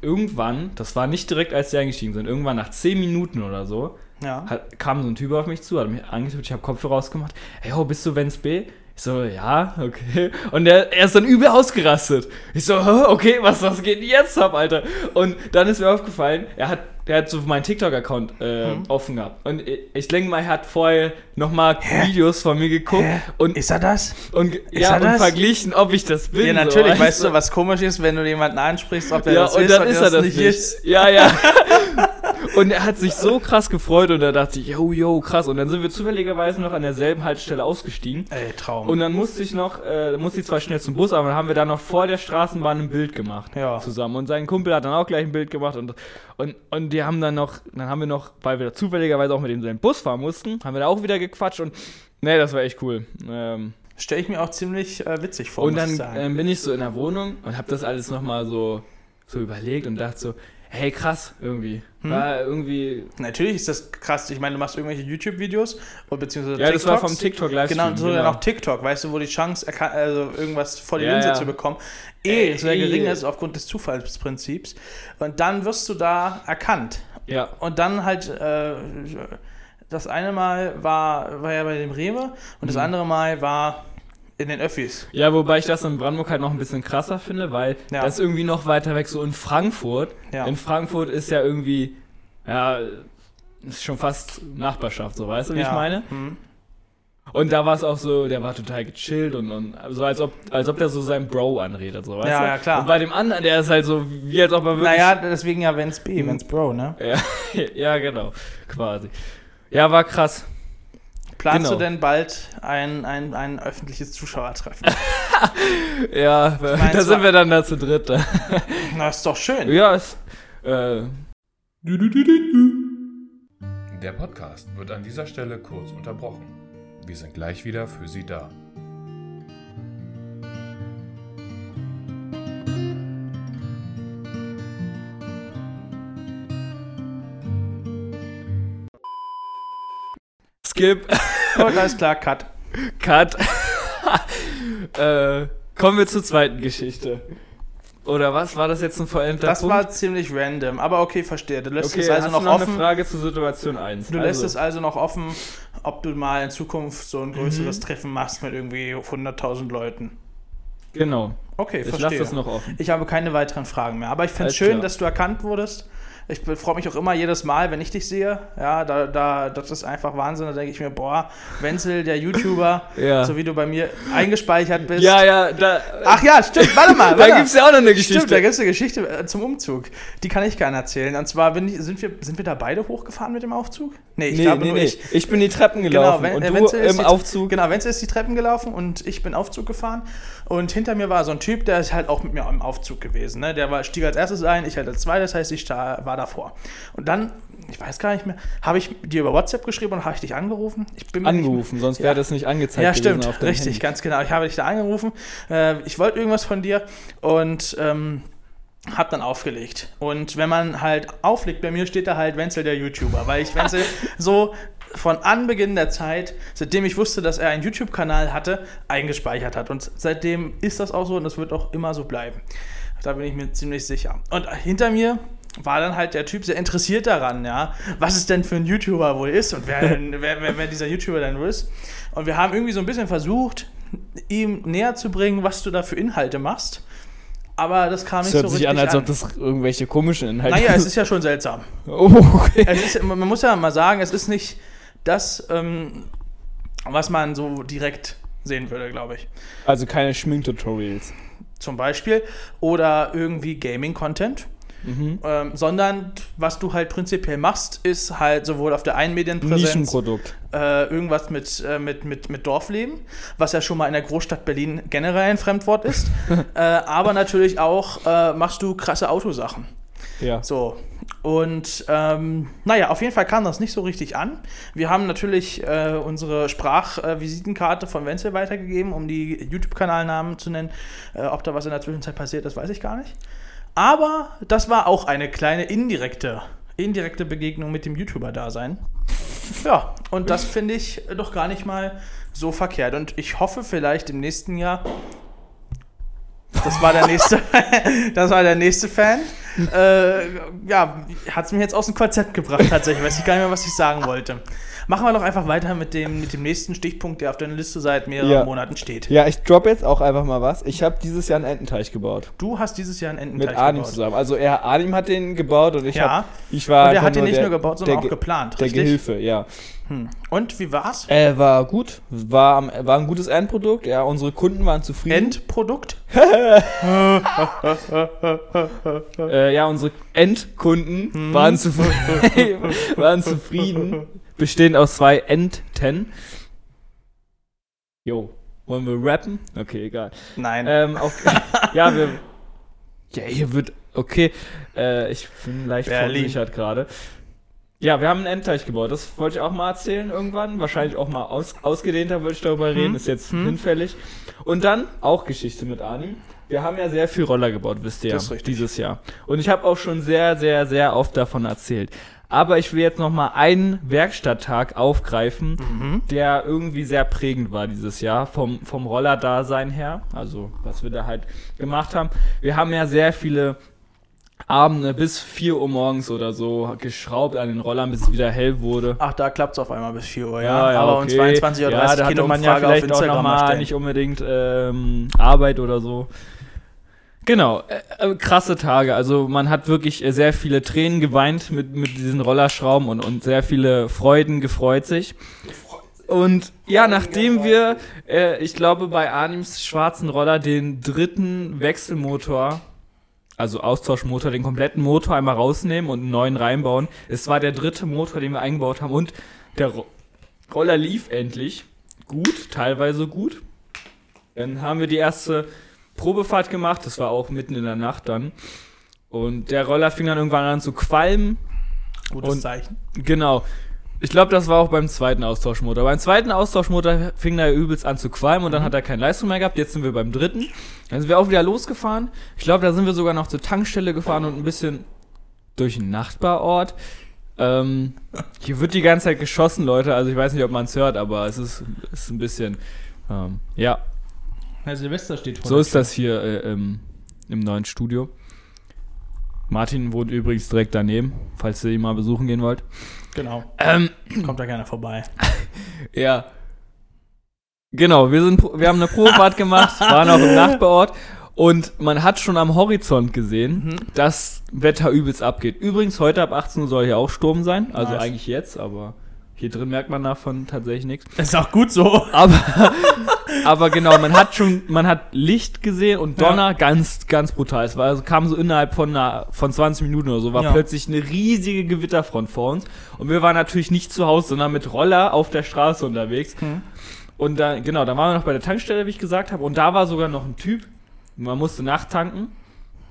irgendwann, das war nicht direkt, als die eingestiegen sind, irgendwann nach 10 Minuten oder so, Ja. hat, kam so ein Typ auf mich zu, hat mich angetippt, ich habe Kopfhörer rausgemacht. Ey, ho, bist du Vens B? Ich so, ja, okay. Und er, er ist dann übel ausgerastet. Ich so, hä, okay, was, was geht denn jetzt ab, Alter? Und dann ist mir aufgefallen, er hat, er hat so meinen TikTok-Account äh, Mhm. offen gehabt. Und ich, ich denke mal, er hat vorher nochmal Videos von mir geguckt Hä? und, Ist er das? und, ja, er und das? verglichen, ob ich das bin. Ja, natürlich. so, weißt du, was komisch ist, wenn du jemanden ansprichst, ob der ja, das und ist dann und ist der er das nicht. ist. Ja, ja. und er hat sich so krass gefreut und da dachte ich, yo, yo, krass. Und dann sind wir zufälligerweise noch an derselben Haltestelle ausgestiegen. Ey, Traum. Und dann musste ich noch, äh, musste ich zwar schnell zum Bus, aber dann haben wir da noch vor der Straßenbahn ein Bild gemacht. Ja. Zusammen. Und sein Kumpel hat dann auch gleich ein Bild gemacht. Und, und, und die haben dann noch, dann haben wir noch, weil wir da zufälligerweise auch mit dem seinen Bus fahren mussten, haben wir da auch wieder gequatscht und, nee, das war echt cool. Ähm, Stelle ich mir auch ziemlich äh, witzig vor. und muss ich dann sagen. ähm, bin ich so in der Wohnung und habe das alles nochmal so, so überlegt und dachte so, hey krass, irgendwie. Hm? War irgendwie. Natürlich ist das krass. Ich meine, du machst irgendwelche YouTube-Videos und beziehungsweise Ja, das war TikToks. vom TikTok-Livestream, Genau, und sogar genau. noch TikTok, weißt du, wo die Chance, erka- also irgendwas vor die Ja, Linse ja. zu bekommen, eh Ey, sehr gering ey. ist aufgrund des Zufallsprinzips. Und dann wirst du da erkannt. Ja. Und dann halt, äh, das eine Mal war, war ja bei dem Rewe und das Mhm. andere Mal war in den Öffis. Ja, wobei ich das in Brandenburg halt noch ein bisschen krasser finde, weil Ja. das irgendwie noch weiter weg, so in Frankfurt. Ja. In Frankfurt ist ja irgendwie, ja, ist schon fast Nachbarschaft, so weißt du, wie Ja. ich meine? Hm. Und da war es auch so, der war total gechillt und, und so, als ob, als ob der so seinen Bro anredet, so weißt Ja, du? ja, klar. Und bei dem anderen, der ist halt so, wie als ob er wirklich Naja, deswegen ja, wenn's B, wenn's Bro, ne? Ja, ja, genau, quasi. Ja, war krass. Planst Genau. du denn bald ein, ein, ein öffentliches Zuschauertreffen? Ja, äh, mein's da war- sind wir dann da zu dritt. Na, ist doch schön. Ja, ist. Äh, Der Podcast wird an dieser Stelle kurz unterbrochen. Wir sind gleich wieder für Sie da. skip, Gut, alles klar, Cut. cut. äh, kommen wir zur zweiten Geschichte. Oder was? War das jetzt ein vollendeter Das Punkt? war ziemlich random, aber okay, verstehe. Du lässt okay, es also hast noch, du noch offen. eine Frage zur Situation 1. Du lässt es also noch offen, ob du mal in Zukunft so ein größeres Treffen machst mit irgendwie 100.000 Leuten. Genau, Okay, ich lasse verstehe. das noch offen. Ich habe keine weiteren Fragen mehr, aber ich finde es Alles schön, klar. dass du erkannt wurdest. Ich freue mich auch immer jedes Mal, wenn ich dich sehe. Ja, da, da, das ist einfach Wahnsinn. Da denke ich mir, boah, Wenzel, der YouTuber, Ja. so wie du bei mir eingespeichert bist. Ja, ja, da, Ach ja, stimmt, warte mal. da Ah, warte. gibt es ja auch noch eine Geschichte. Stimmt, da gibt es eine Geschichte äh, zum Umzug. Die kann ich gerne erzählen. Und zwar bin ich, sind, wir, sind wir da beide hochgefahren mit dem Aufzug? Nee, ich nee, glaube nee, nur nee. ich. Ich. bin die Treppen gelaufen wenn- äh, und du Wenzel ist im die- Aufzug. Genau, Wenzel ist die Treppen gelaufen und ich bin Aufzug gefahren. Und hinter mir war so ein Typ, der ist halt auch mit mir im Aufzug gewesen. Ne? Der war, stieg als erstes ein, ich halt als zweites, das heißt, ich sta- war davor. Und dann, ich weiß gar nicht mehr, habe ich dir über WhatsApp geschrieben und habe ich dich angerufen? Ich bin mir nicht mehr- Angerufen, sonst wäre das nicht angezeigt ja, gewesen stimmt, auf dem richtig, Handy. ganz genau. Ich habe dich da angerufen. Äh, ich wollte irgendwas von dir und ähm, habe dann aufgelegt. Und wenn man halt auflegt, bei mir steht da halt Wenzel der YouTuber, weil ich Wenzel so von Anbeginn der Zeit, seitdem ich wusste, dass er einen YouTube-Kanal hatte, eingespeichert hat. Und seitdem ist das auch so und das wird auch immer so bleiben. Da bin ich mir ziemlich sicher. Und hinter mir war dann halt der Typ sehr interessiert daran, ja, was es denn für ein YouTuber wohl ist und wer, denn, wer, wer, wer dieser YouTuber denn wohl ist. Und wir haben irgendwie so ein bisschen versucht, ihm näher zu bringen, was du da für Inhalte machst. Aber das kam Das nicht hört so sich richtig an, als an. ob das irgendwelche komischen Inhalte naja, es ist ja schon seltsam. Oh, okay. Es ist, man muss ja mal sagen, es ist nicht das, ähm, was man so direkt sehen würde, glaube ich. Also keine Schminktutorials. Zum Beispiel. Oder irgendwie Gaming-Content. Mhm. ähm, sondern was du halt prinzipiell machst, ist halt sowohl auf der einen Medienpräsenz Nischenprodukt. äh, irgendwas mit, äh, mit, mit, mit Dorfleben, was ja schon mal in der Großstadt Berlin generell ein Fremdwort ist, äh, aber natürlich auch äh, machst du krasse Autosachen. Ja. So. Und ähm, naja, auf jeden Fall kam das nicht so richtig an. Wir haben natürlich äh, unsere Sprachvisitenkarte von Wenzel weitergegeben, um die YouTube-Kanalnamen zu nennen. Äh, ob da was in der Zwischenzeit passiert ist, weiß ich gar nicht. Aber das war auch eine kleine indirekte, indirekte Begegnung mit dem YouTuber-Dasein. Ja, und das finde ich doch gar nicht mal so verkehrt. Und ich hoffe vielleicht im nächsten Jahr. Das war der nächste, das war der nächste Fan. Äh, ja, hat es mir jetzt aus dem Konzept gebracht tatsächlich. Weiß ich gar nicht mehr, was ich sagen wollte. Machen wir doch einfach weiter mit dem, mit dem nächsten Stichpunkt, der auf deiner Liste seit mehreren Ja. Monaten steht. Ja, ich drop jetzt auch einfach mal was. Ich habe dieses Jahr einen Ententeich gebaut. Du hast dieses Jahr einen Ententeich Mit Arnim gebaut. zusammen. Also er, Arnim hat den gebaut und ich Ja. hab, ich war Und er einfach hat ihn nicht der- nur gebaut, sondern der auch Ge- geplant, Der richtig? Gehilfe, ja. Hm. Und wie war's? Äh, war gut, war, am- war ein gutes Endprodukt. Ja, unsere Kunden waren zufrieden. Endprodukt? Äh, ja, unsere Endkunden waren, zufrieden, waren zufrieden. Bestehend aus zwei Endten. Jo, wollen wir rappen? Okay, egal. Nein. Ähm, auf, ja, wir. Ja, hier wird. Okay. Äh, ich bin leicht Berlin. verunsichert gerade. Ja, wir haben einen Endteich gebaut. Das wollte ich auch mal erzählen irgendwann. Wahrscheinlich auch mal aus, ausgedehnter würde ich darüber reden. Ist jetzt hinfällig. Und dann auch Geschichte mit Ani. Wir haben ja sehr viel Roller gebaut, wisst ihr, Das ist richtig. dieses Jahr. Und ich habe auch schon sehr, sehr, sehr oft davon erzählt. Aber ich will jetzt noch mal einen Werkstatttag aufgreifen, der irgendwie sehr prägend war dieses Jahr vom, vom Roller-Dasein her. Also, was wir da halt gemacht haben. Wir haben ja sehr viele Abende bis 4 Uhr morgens oder so geschraubt an den Rollern, bis es wieder hell wurde. Ach, da klappt es auf einmal bis 4 Uhr, ja. Aber um 22.30 Uhr ja, da hatte geht man man ja Frage auf vielleicht auch noch Instagram mal erstellen. nicht unbedingt ähm, Arbeit oder so. Genau, äh, äh, krasse Tage. Also man hat wirklich äh, sehr viele Tränen geweint mit, mit diesen Rollerschrauben und, und sehr viele Freuden gefreut sich. Und ja, nachdem wir, äh, ich glaube, bei Anims schwarzen Roller den dritten Wechselmotor, also Austauschmotor, den kompletten Motor einmal rausnehmen und einen neuen reinbauen. Es war der dritte Motor, den wir eingebaut haben und der Ro Roller lief endlich. Gut, teilweise gut. Dann haben wir die erste Probefahrt gemacht. Das war auch mitten in der Nacht dann. Und der Roller fing dann irgendwann an zu qualmen. Gutes und- Zeichen. Genau. Ich glaube, das war auch beim zweiten Austauschmotor. Beim zweiten Austauschmotor fing er übelst an zu qualmen und dann hat er keine Leistung mehr gehabt. Jetzt sind wir beim dritten. Dann sind wir auch wieder losgefahren. Ich glaube, da sind wir sogar noch zur Tankstelle gefahren und ein bisschen durch den Nachbarort. Ähm, hier wird die ganze Zeit geschossen, Leute. Also ich weiß nicht, ob man es hört, aber es ist, ist ein bisschen. Ähm, ja, Herr Silvester steht vor so ist das hier äh, im, im neuen Studio. Martin wohnt übrigens direkt daneben, falls ihr ihn mal besuchen gehen wollt. Genau. Ähm, Kommt da gerne vorbei. Ja. Genau, wir, sind, wir haben eine Probefahrt gemacht, waren auch im Nachbarort Und man hat schon am Horizont gesehen, Mhm. dass Wetter übelst abgeht. Übrigens, heute ab 18 Uhr soll hier auch Sturm sein. Also Nice. eigentlich jetzt, aber hier drin merkt man davon tatsächlich nichts. Das ist auch gut so. Aber, aber genau, man hat schon, man hat Licht gesehen und Donner ganz, ganz brutal. Es war, also kam so innerhalb von, einer, von 20 Minuten oder so, war Ja. plötzlich eine riesige Gewitterfront vor uns. Und wir waren natürlich nicht zu Hause, sondern mit Roller auf der Straße unterwegs. Mhm. Und dann, genau, dann waren wir noch bei der Tankstelle, wie ich gesagt habe. Und da war sogar noch ein Typ. Man musste nachtanken.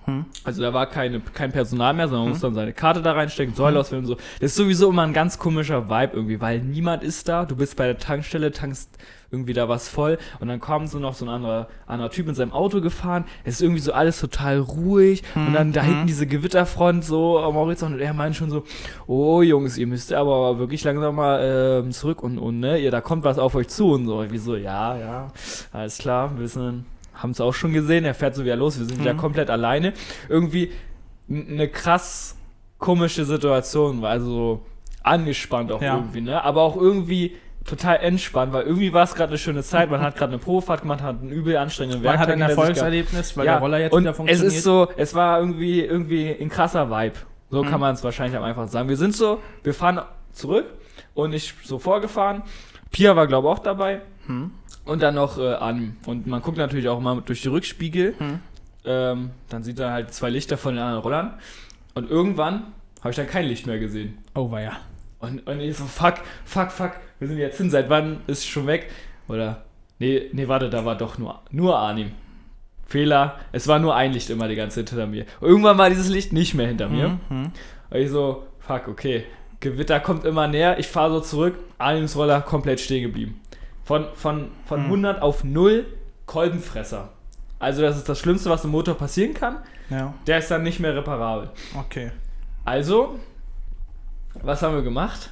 Mhm. Also da war keine, kein Personal mehr, sondern man muss dann seine Karte da reinstecken, Säule auswählen und so. Das ist sowieso immer ein ganz komischer Vibe irgendwie, weil niemand ist da. Du bist bei der Tankstelle, tankst irgendwie da was voll und dann kommt so noch so ein anderer, anderer Typ mit seinem Auto gefahren. Es ist irgendwie so alles total ruhig und dann da hinten diese Gewitterfront so am Horizont und er meint schon so, oh Jungs, ihr müsst aber wirklich langsam mal ähm, zurück und, und ne, ihr, da kommt was auf euch zu und so. Und wir so, ja, ja, alles klar, wissen, haben es auch schon gesehen, er fährt so wieder los, wir sind Mhm. wieder komplett alleine. Irgendwie n- eine krass komische Situation, war also angespannt auch Ja. irgendwie, ne? Aber auch irgendwie total entspannt, weil irgendwie war es gerade eine schöne Zeit, man hat gerade eine Probefahrt gemacht, hat einen übel anstrengenden Man hat Werktag ein hinter sich gehabt. Erfolgserlebnis, weil der Roller jetzt und wieder funktioniert. Mhm. Es ist so, es war irgendwie, irgendwie ein krasser Vibe. So kann man es wahrscheinlich am einfachsten sagen. Wir sind so, wir fahren zurück und ich so vorgefahren. Pia war, glaube ich, auch dabei. Hm. Und dann noch äh, an. Und man guckt natürlich auch mal durch die Rückspiegel. Ähm, dann sieht er halt zwei Lichter von den anderen Rollern. Und irgendwann habe ich dann kein Licht mehr gesehen. oh, war ja. Und, und ich so, fuck, fuck, fuck, wir sind jetzt hin, seit wann ist schon weg? Oder, nee, nee, warte, da war doch nur, nur Arnim. Fehler, es war nur ein Licht immer die ganze Zeit hinter mir. Und irgendwann war dieses Licht nicht mehr hinter mir. Mhm. Und ich so, fuck, okay. Gewitter kommt immer näher, ich fahre so zurück, Arnims Roller komplett stehen geblieben. Von, von, von 100 auf 0 Kolbenfresser. Also das ist das Schlimmste, was im Motor passieren kann. Ja, Der ist dann nicht mehr reparabel. okay. Also, was haben wir gemacht?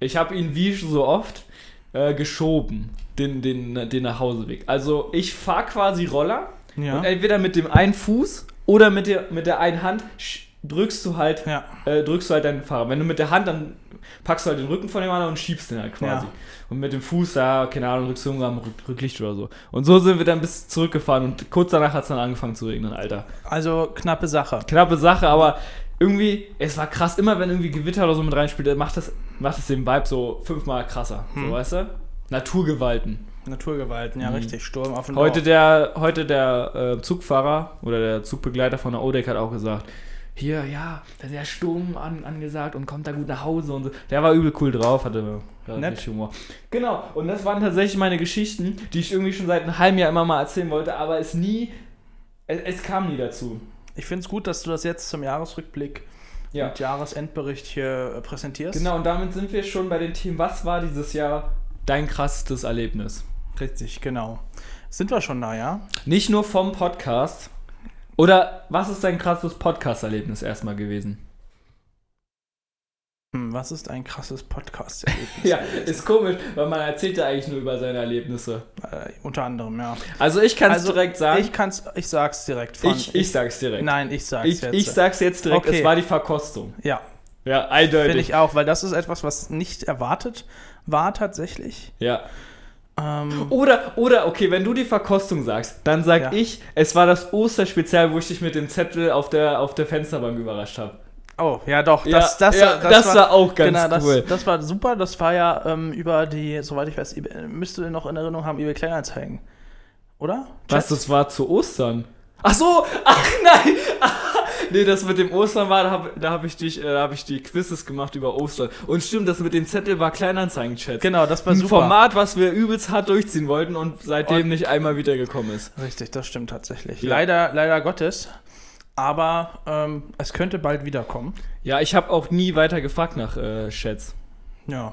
Ich habe ihn wie so oft äh, geschoben, den, den, den Nachhauseweg. Also ich fahre quasi Roller Ja. und entweder mit dem einen Fuß oder mit der, mit der einen Hand sch- drückst du halt Ja. äh, drückst du halt deinen Fahrer. Wenn du mit der Hand, dann packst du halt den Rücken von dem anderen und schiebst den halt quasi. Ja. Und mit dem Fuß, ja, keine Ahnung, drückst du irgendwann am Rück Rücklicht oder so. Und so sind wir dann bis zurückgefahren und kurz danach hat es dann angefangen zu regnen, Alter Also knappe Sache. knappe Sache, aber irgendwie, es war krass. Immer wenn irgendwie Gewitter oder so mit reinspielt, dann macht das, macht das den Vibe so fünfmal krasser. So, weißt du? Naturgewalten. Naturgewalten, ja richtig. Sturm auf den Heute Dorf. der, heute der äh, Zugfahrer oder der Zugbegleiter von der Odeck hat auch gesagt, hier, ja, da ist ja Sturm an, angesagt und kommt da gut nach Hause und so. Der war übel cool drauf, hatte ja, Nett. richtig Humor. Genau, und das waren tatsächlich meine Geschichten, die ich irgendwie schon seit einem halben Jahr immer mal erzählen wollte, aber es nie, es, es kam nie dazu. Ich finde es gut, dass du das jetzt zum Jahresrückblick Ja. und Jahresendbericht hier äh, präsentierst. Genau, und damit sind wir schon bei den Themen. Was war dieses Jahr dein krassestes Erlebnis? Richtig, genau. Sind wir schon da, ja? Nicht nur vom Podcast. Oder was ist dein krasses Podcast-Erlebnis erstmal gewesen? Hm, was ist ein krasses Podcast-Erlebnis? Ja, ist komisch, weil man erzählt ja eigentlich nur über seine Erlebnisse. äh, unter anderem, ja. Also ich kann es Also, direkt sagen. Ich kann's, ich sag's direkt. Fran. ich, ich sag's direkt. nein, ich sag's ich, jetzt. ich sag's jetzt direkt, Okay. es war die Verkostung. ja, Ja, finde eindeutig. ich auch, weil das ist etwas, was nicht erwartet war tatsächlich. Ja. Ähm, Oder, oder, okay, wenn du die Verkostung sagst, dann sag Ja. ich, es war das Osterspezial, wo ich dich mit dem Zettel auf der, auf der Fensterbank überrascht habe. oh, ja doch, Ja, das, das, genau, ja, das war auch ganz das, cool. Das war super, das war ja ähm, über die, soweit ich weiß, eBay- müsste noch in Erinnerung haben, eBay Kleinanzeigen. Oder? Was, das war zu Ostern? Ach so, ach nein. nee, das mit dem Ostern war, da habe da hab ich, dich, äh, da hab ich die Quizzes gemacht über Ostern. Und stimmt, das mit dem Zettel war Kleinanzeigen-Chat. Genau, das war Ein super. Format, was wir übelst hart durchziehen wollten und seitdem Und- nicht einmal wiedergekommen ist. Richtig, das stimmt tatsächlich. Ja. Leider, leider Gottes. Aber ähm, es könnte bald wiederkommen. Ja, ich habe auch nie weiter gefragt nach äh, Chats. Ja.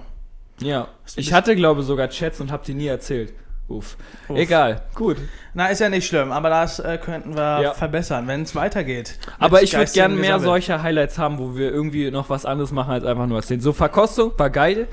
Ja, Ist ein ich bisschen- hatte, glaube ich, sogar Chats und habe die nie erzählt. Uff. Uff. Egal, gut. Na, ist ja nicht schlimm, aber das äh, könnten wir Ja. verbessern, wenn es weitergeht. Aber Mit ich würde geistigem gerne mehr Gesabbel. solcher Highlights haben, wo wir irgendwie noch was anderes machen als einfach nur erzählen. So Verkostung war geil.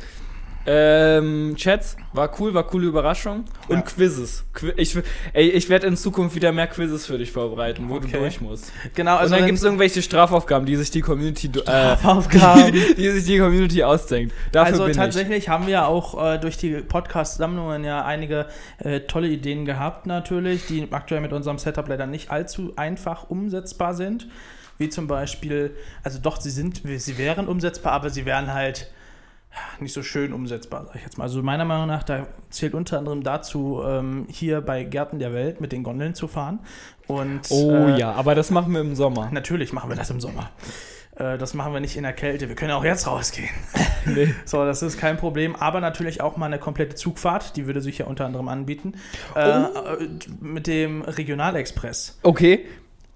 Ähm, Chats, war cool, war coole Überraschung. Und Ja. Quizzes. Qui- Ich, w- ey, ich werde in Zukunft wieder mehr Quizzes für dich vorbereiten, wo Okay. du durch musst. Genau, Und also dann wenn- gibt es irgendwelche Strafaufgaben, die sich die Community do- äh, Strafaufgaben. die, die sich die Community ausdenkt. Dafür also bin ich. tatsächlich haben wir auch äh, durch die Podcast-Sammlungen ja einige äh, tolle Ideen gehabt natürlich, die aktuell mit unserem Setup leider nicht allzu einfach umsetzbar sind. Wie zum Beispiel, also doch, sie sind, sie wären umsetzbar, aber sie wären halt nicht so schön umsetzbar, sag ich jetzt mal. Also meiner Meinung nach, da zählt unter anderem dazu, ähm, hier bei Gärten der Welt mit den Gondeln zu fahren. Und, Oh äh, ja, aber das machen wir im Sommer. Natürlich machen wir das im Sommer. Äh, Das machen wir nicht in der Kälte. Wir können auch jetzt rausgehen. Nee. So, das ist kein Problem. Aber natürlich auch mal eine komplette Zugfahrt. Die würde sich ja unter anderem anbieten. Äh, Oh. äh, Mit dem Regionalexpress. Okay.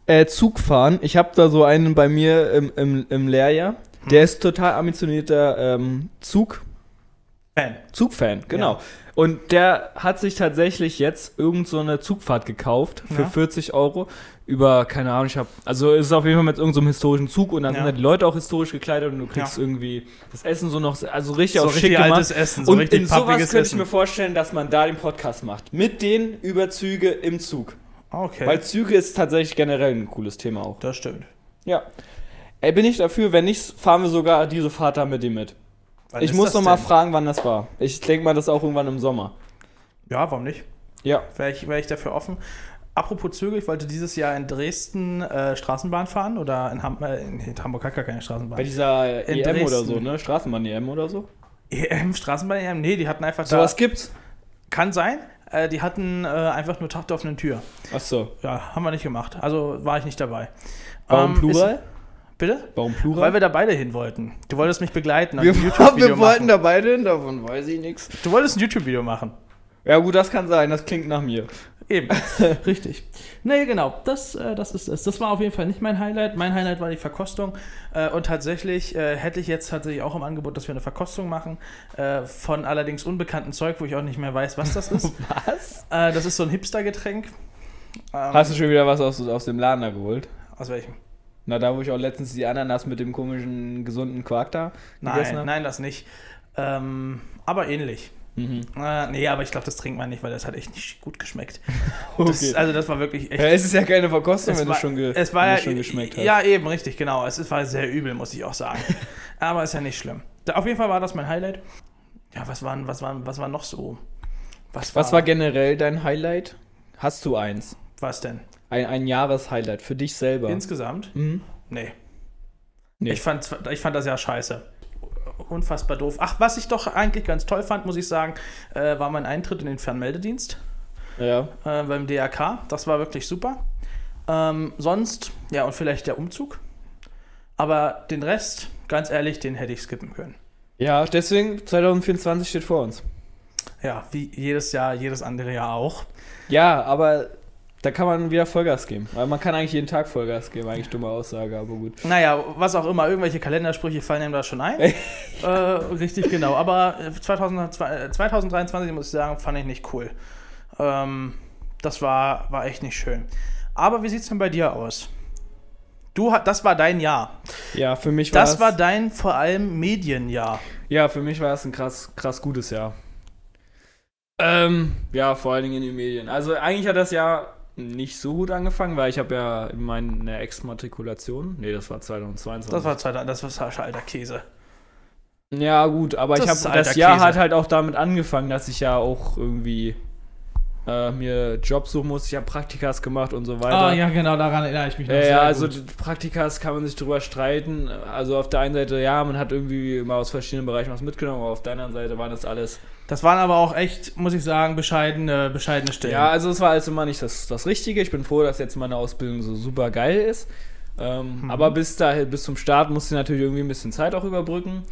Äh, Zug fahren. Ich habe da so einen bei mir im, im, im Lehrjahr. Der ist total ambitionierter ähm, Zug, Fan. Zugfan, genau. Ja. Und der hat sich tatsächlich jetzt irgend so eine Zugfahrt gekauft für Ja. 40 Euro über, keine Ahnung, ich habe, also ist es auf jeden Fall mit irgendeinem so einem historischen Zug und dann Ja. sind da die Leute auch historisch gekleidet und du kriegst Ja. irgendwie das Essen so noch, also richtig so auf schick richtig gemacht. altes Essen. So und richtig in sowas pappiges könnte ich Essen. mir vorstellen, dass man da den Podcast macht. Mit den Überzüge im Zug. okay. Weil Züge ist tatsächlich generell ein cooles Thema auch. das stimmt. Ja. Ey, bin ich dafür, wenn nicht, fahren wir sogar diese Fahrt da mit ihm mit. Wann Ich ist muss das noch mal denn? fragen, wann das war. Ich denke mal, das ist auch irgendwann im Sommer. Ja, warum nicht? Ja. Wäre ich, wär ich dafür offen. Apropos Züge, ich wollte dieses Jahr in Dresden äh, Straßenbahn fahren oder in, Ham äh, in Hamburg hat gar keine Straßenbahn. Bei dieser In EM oder Dresden. so, ne? Straßenbahn-EM oder so. EM, Straßenbahn EM? Nee, die hatten einfach da, Sowas gibt's. Kann sein. Äh, die hatten äh, einfach nur Tag der offenen Tür. Achso. Ja, haben wir nicht gemacht. Also war ich nicht dabei. Warum Ähm, Plural? Ist, bitte? Warum Weil Plural? wir da beide hin wollten. Du wolltest mich begleiten. und wir ein YouTube-Video machen. da beide hin, davon weiß ich nichts. Du wolltest ein YouTube-Video machen. Ja, gut, das kann sein, das klingt nach mir. Eben. Richtig. Nee, genau. Das, äh, das ist es. Das war auf jeden Fall nicht mein Highlight. Mein Highlight war die Verkostung. Äh, und tatsächlich äh, hätte ich jetzt tatsächlich auch im Angebot, dass wir eine Verkostung machen. Äh, von allerdings unbekanntem Zeug, wo ich auch nicht mehr weiß, was das ist. Was? äh, das ist so ein Hipster-Getränk. Ähm, Hast du schon wieder was aus, aus dem Laden da geholt? Aus welchem? Na, da wo ich auch letztens die Ananas mit dem komischen, gesunden Quark da gegessen Nein, hab. nein, das nicht. Ähm, aber ähnlich. Mhm. Äh, nee, aber ich glaube, das trinkt man nicht, weil das hat echt nicht gut geschmeckt. Okay. Das, also das war wirklich echt. ja, es ist ja keine Verkostung, wenn war, es schon, ge es war wenn ja, es schon geschmeckt halt. hat. Ja, eben, richtig, genau. Es ist- war sehr übel, muss ich auch sagen. aber ist ja nicht schlimm. Da, auf jeden Fall war das mein Highlight. Ja, was war, was war, was war noch so? Was war generell dein Highlight? Hast du eins? was denn? Ein, ein Jahreshighlight für dich selber? Insgesamt? mhm. Nee. Nee. Ich, fand, ich fand das ja scheiße. Unfassbar doof. Ach, was ich doch eigentlich ganz toll fand, muss ich sagen, äh, war mein Eintritt in den Fernmeldedienst. Ja. äh, beim DRK. Das war wirklich super. Ähm, sonst, ja, und vielleicht der Umzug. Aber den Rest, ganz ehrlich, den hätte ich skippen können. Ja, deswegen 2024 steht vor uns. Ja, wie jedes Jahr, jedes andere Jahr auch. Ja, aber da kann man wieder Vollgas geben. Weil man kann eigentlich jeden Tag Vollgas geben, eigentlich dumme Aussage, aber gut. Naja, was auch immer, irgendwelche Kalendersprüche fallen einem da schon ein. äh, richtig, genau. Aber äh, 2000, äh, 2023, muss ich sagen, fand ich nicht cool. Ähm, das war, war echt nicht schön. Aber wie sieht es denn bei dir aus? Du, ha- das war dein Jahr. Ja, für mich war Das es- war dein vor allem Medienjahr. Ja, für mich war es ein krass, krass gutes Jahr. Ähm, ja, vor allen Dingen in den Medien. Also eigentlich hat das Jahr nicht so gut angefangen, weil ich habe ja in meiner Exmatrikulation, nee, das war 2022. Das war, zweiter, das war Sascha, alter Käse. ja gut, aber Das ich habe ist alter das Jahr Käse. hat halt auch damit angefangen, dass ich ja auch irgendwie äh, mir Job suchen musste. Ich habe Praktikas gemacht und so weiter. genau, daran erinnere ich mich Ja, ja also die Praktikas kann man sich drüber streiten. Also auf der einen Seite, ja, man hat irgendwie mal aus verschiedenen Bereichen was mitgenommen, aber auf der anderen Seite waren das alles. das waren aber auch echt, muss ich sagen, bescheidene, bescheidene Stellen. Ja, also es war also immer nicht das, das Richtige. Ich bin froh, dass jetzt meine Ausbildung so super geil ist. Ähm, Aber bis dahin, bis zum Start musste ich natürlich irgendwie ein bisschen Zeit auch überbrücken.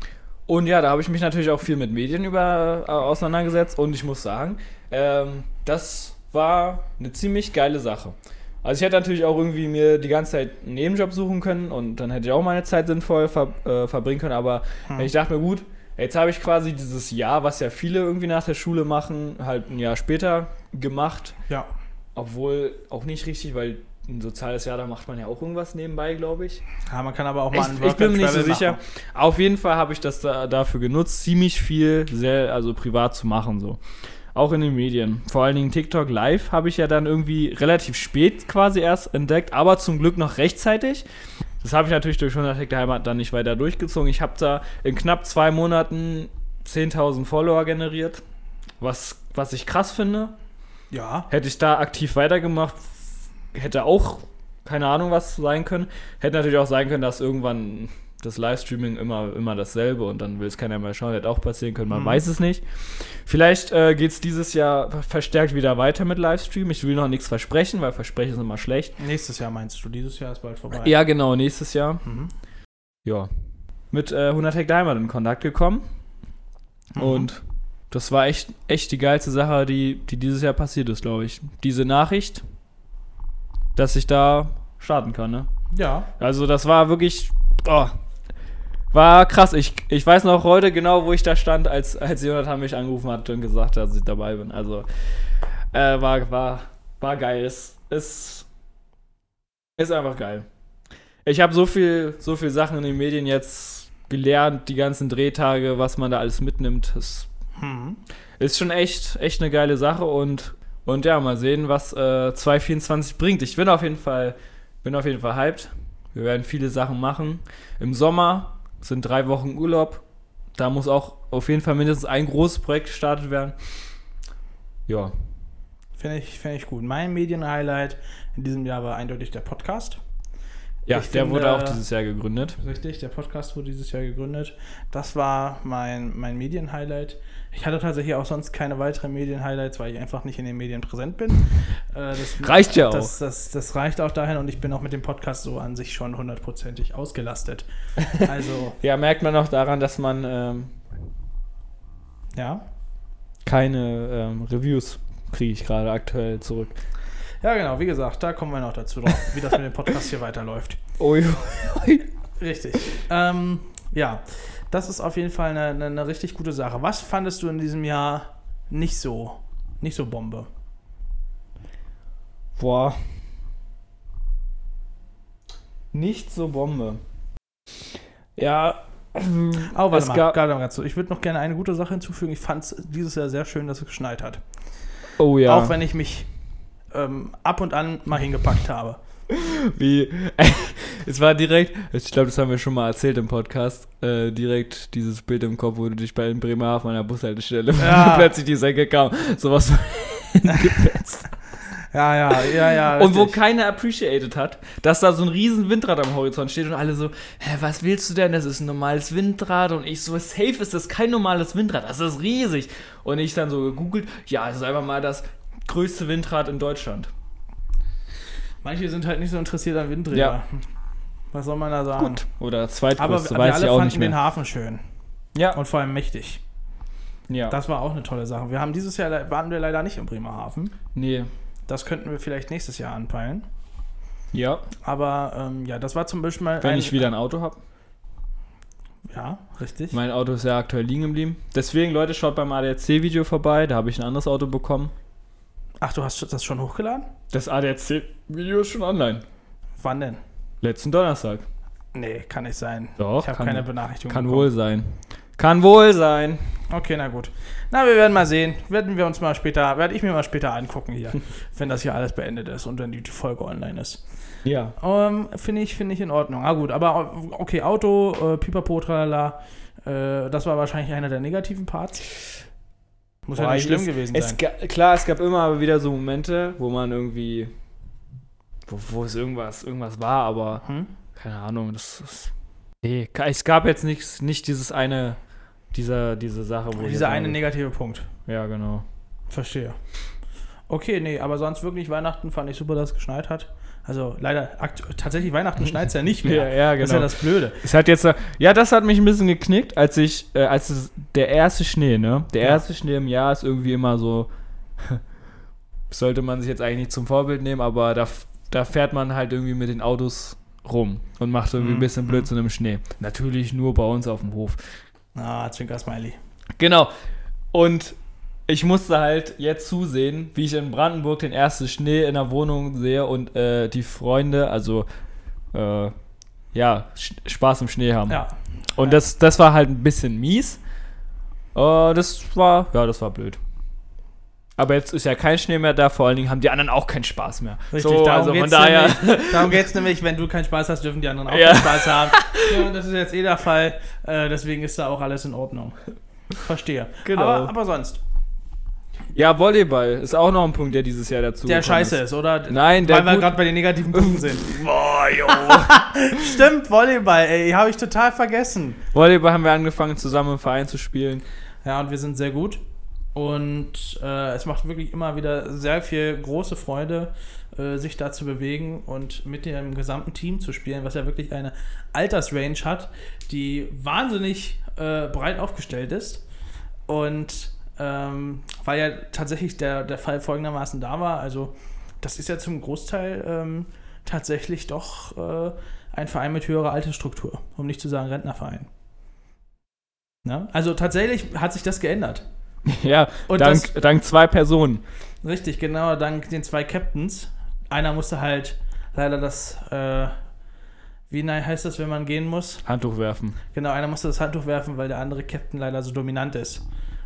Und ja, da habe ich mich natürlich auch viel mit Medien über, äh, auseinandergesetzt. Und ich muss sagen, ähm, das war eine ziemlich geile Sache. Also ich hätte natürlich auch irgendwie mir die ganze Zeit einen Nebenjob suchen können und dann hätte ich auch meine Zeit sinnvoll ver äh, verbringen können. Aber ich dachte mir, gut, jetzt habe ich quasi dieses Jahr, was ja viele irgendwie nach der Schule machen, halt ein Jahr später gemacht. ja. Obwohl auch nicht richtig, weil ein soziales Jahr, da macht man ja auch irgendwas nebenbei, glaube ich. Ja, man kann aber auch mal einen Ich, ich bin mir nicht so Work-and-Travel sicher. machen. Auf jeden Fall habe ich das da, dafür genutzt, ziemlich viel sehr, also privat zu machen so. Auch in den Medien. Vor allen Dingen TikTok Live habe ich ja dann irgendwie relativ spät quasi erst entdeckt, aber zum Glück noch rechtzeitig. Das habe ich natürlich durch 100 Hektar Heimat dann nicht weiter durchgezogen. Ich habe da in knapp zwei Monaten 10.000 Follower generiert, was, was ich krass finde. Ja. Hätte ich da aktiv weitergemacht, hätte auch keine Ahnung was sein können. Hätte natürlich auch sein können, dass irgendwann das Livestreaming immer, immer dasselbe und dann will es keiner mehr schauen. Hätte auch passieren können, man Mhm. weiß es nicht. Vielleicht äh, geht es dieses Jahr ver- verstärkt wieder weiter mit Livestream. Ich will noch nichts versprechen, weil Versprechen sind immer schlecht. Nächstes Jahr meinst du, dieses Jahr ist bald vorbei. Ja, genau, nächstes Jahr. Mhm. Ja. Mit äh, 100 Hektar Heimat in Kontakt gekommen Mhm. und das war echt, echt die geilste Sache, die, die dieses Jahr passiert ist, glaube ich. Diese Nachricht, dass ich da starten kann, ne? Ja. Also das war wirklich. Oh, war krass. Ich, ich weiß noch heute genau, wo ich da stand, als, als Jonathan mich angerufen hat und gesagt hat, dass ich dabei bin. Also äh, war, war, war geil. Es ist, ist einfach geil. Ich habe so viel, so viel Sachen in den Medien jetzt gelernt, die ganzen Drehtage, was man da alles mitnimmt. Das Mhm. ist schon echt, echt eine geile Sache und, und ja, mal sehen, was äh, 2024 bringt. Ich bin auf jeden Fall, bin auf jeden Fall hyped. Wir werden viele Sachen machen. Im Sommer sind drei Wochen Urlaub. Da muss auch auf jeden Fall mindestens ein großes Projekt gestartet werden. Ja. Finde ich, finde ich gut. Mein Medienhighlight in diesem Jahr war eindeutig der Podcast. Ja, Ich der finde- wurde auch dieses Jahr gegründet. Richtig, der Podcast wurde dieses Jahr gegründet. Das war mein, mein Medienhighlight. Ich hatte tatsächlich auch sonst keine weiteren Medienhighlights, weil ich einfach nicht in den Medien präsent bin. Äh, das, Reicht ja auch. Das, das, das reicht auch dahin und ich bin auch mit dem Podcast so an sich schon hundertprozentig ausgelastet. Also, Ja, merkt man auch daran, dass man ähm, ja. keine ähm, Reviews kriege ich gerade aktuell zurück. Ja, genau, wie gesagt, da kommen wir noch dazu drauf, wie das mit dem Podcast hier weiterläuft. Ui. Richtig. Ähm, ja, das ist auf jeden Fall eine, eine, eine richtig gute Sache. Was fandest du in diesem Jahr nicht so, nicht so Bombe? Boah. Nicht so Bombe. Ja. Oh, warte es mal, gab- gerade mal ganz so. Ich würde noch gerne eine gute Sache hinzufügen. Ich fand es dieses Jahr sehr schön, dass es geschneit hat. Oh ja. Auch wenn ich mich ähm, ab und an mal hingepackt habe. Wie. es war direkt. Ich glaube, das haben wir schon mal erzählt im Podcast. Äh, direkt dieses Bild im Kopf, wo du dich bei in Bremerhaven an der Bushaltestelle Ja. plötzlich die Säcke kam. Sowas. von- Ja, ja, ja, ja. Und wo richtig. keiner appreciated hat, dass da so ein riesen Windrad am Horizont steht und alle so, hä, was willst du denn? Das ist ein normales Windrad. Und ich so, safe ist das kein normales Windrad. Das ist riesig. Und ich dann so gegoogelt, ja, es ist einfach mal das größte Windrad in Deutschland. Manche sind halt nicht so interessiert an Windrädern. Was soll man da sagen? Gut. Oder Aber zweitgrößte, wir weiß alle ich auch fanden nicht den mehr. Hafen schön Ja, und vor allem mächtig. ja. Das war auch eine tolle Sache. Wir haben dieses Jahr le- waren wir leider nicht in Bremerhaven. nee. Das könnten wir vielleicht nächstes Jahr anpeilen. Ja, Aber ähm, ja, das war zum Beispiel mal wenn ein, ich wieder ein Auto habe. ja richtig. Mein Auto ist ja aktuell liegen geblieben. Deswegen, Leute, schaut beim ADAC-Video vorbei. Da habe ich ein anderes Auto bekommen. Ach, du hast das schon hochgeladen? Das ADAC-Video ist schon online. Wann denn? Letzten Donnerstag. Nee, kann nicht sein. Doch, ich habe kann- keine Benachrichtigung. Kann bekommen. wohl sein. Kann wohl sein. Okay, na gut. Na, wir werden mal sehen. Werden wir uns mal später, werde ich mir mal später angucken hier, wenn das hier alles beendet ist und dann die Folge online ist. Ja. Ähm, finde ich, finde ich in Ordnung. Ah gut, aber okay, Auto, äh, Pipapo, tralala, äh, das war wahrscheinlich einer der negativen Parts. Muss ja nicht schlimm gewesen es sein. ga- Klar, es gab immer wieder so Momente, wo man irgendwie. Wo, wo es irgendwas, irgendwas war, aber Hm? keine Ahnung, das ist. Nee, ka- es gab jetzt nichts, nicht dieses eine, dieser, diese Sache, wo ich jetzt Dieser eine mal- negative Punkt. Ja, genau. Verstehe. Okay, nee, aber sonst wirklich Weihnachten fand ich super, dass es geschneit hat. Also leider, akt- tatsächlich Weihnachten schneit es ja nicht mehr. Ja, ja, Das ist ja genau. das Blöde. Es hat jetzt, ja, das hat mich ein bisschen geknickt, als ich, äh, als es, der erste Schnee, ne? Der Ja. erste Schnee im Jahr ist irgendwie immer so, sollte man sich jetzt eigentlich nicht zum Vorbild nehmen, aber da, f- da fährt man halt irgendwie mit den Autos rum und macht irgendwie Mhm. ein bisschen Blödsinn im Schnee. Natürlich nur bei uns auf dem Hof. Ah, Zwinker-Smiley. Genau. Und ich musste halt jetzt zusehen, wie ich in Brandenburg den ersten Schnee in der Wohnung sehe und äh, die Freunde, also äh, ja, Sch Spaß im Schnee haben. Ja. Und das, das war halt ein bisschen mies. Äh, das war, ja, das war blöd. Aber jetzt ist ja kein Schnee mehr da, vor allen Dingen haben die anderen auch keinen Spaß mehr. Richtig, so, darum also von geht's daher. nämlich, darum geht's nämlich, wenn du keinen Spaß hast, dürfen die anderen auch Ja. keinen Spaß haben. Ja, und das ist jetzt eh der Fall, äh, deswegen ist da auch alles in Ordnung. Verstehe. Genau. Aber, aber sonst, Ja, Volleyball ist auch noch ein Punkt, der dieses Jahr dazu der gekommen scheiße ist, oder? Nein, der Weil wir gut- gerade bei den negativen Punkten sind. Boah, jo. Stimmt, Volleyball, ey, habe ich total vergessen. Volleyball haben wir angefangen, zusammen im Verein zu spielen. Ja, und wir sind sehr gut. Und äh, es macht wirklich immer wieder sehr viel große Freude, äh, sich da zu bewegen und mit dem gesamten Team zu spielen, was ja wirklich eine Altersrange hat, die wahnsinnig äh, breit aufgestellt ist. Und ähm, weil ja tatsächlich der, der Fall folgendermaßen da war, also das ist ja zum Großteil ähm, tatsächlich doch äh, ein Verein mit höherer Altersstruktur, um nicht zu sagen Rentnerverein. Ne? Also tatsächlich hat sich das geändert. Ja, Und dank, dank zwei Personen. Richtig, genau, dank den zwei Captains. Einer musste halt leider das, äh, wie ne- heißt das, wenn man gehen muss? Handtuch werfen. Genau, einer musste das Handtuch werfen, weil der andere Captain leider so dominant ist.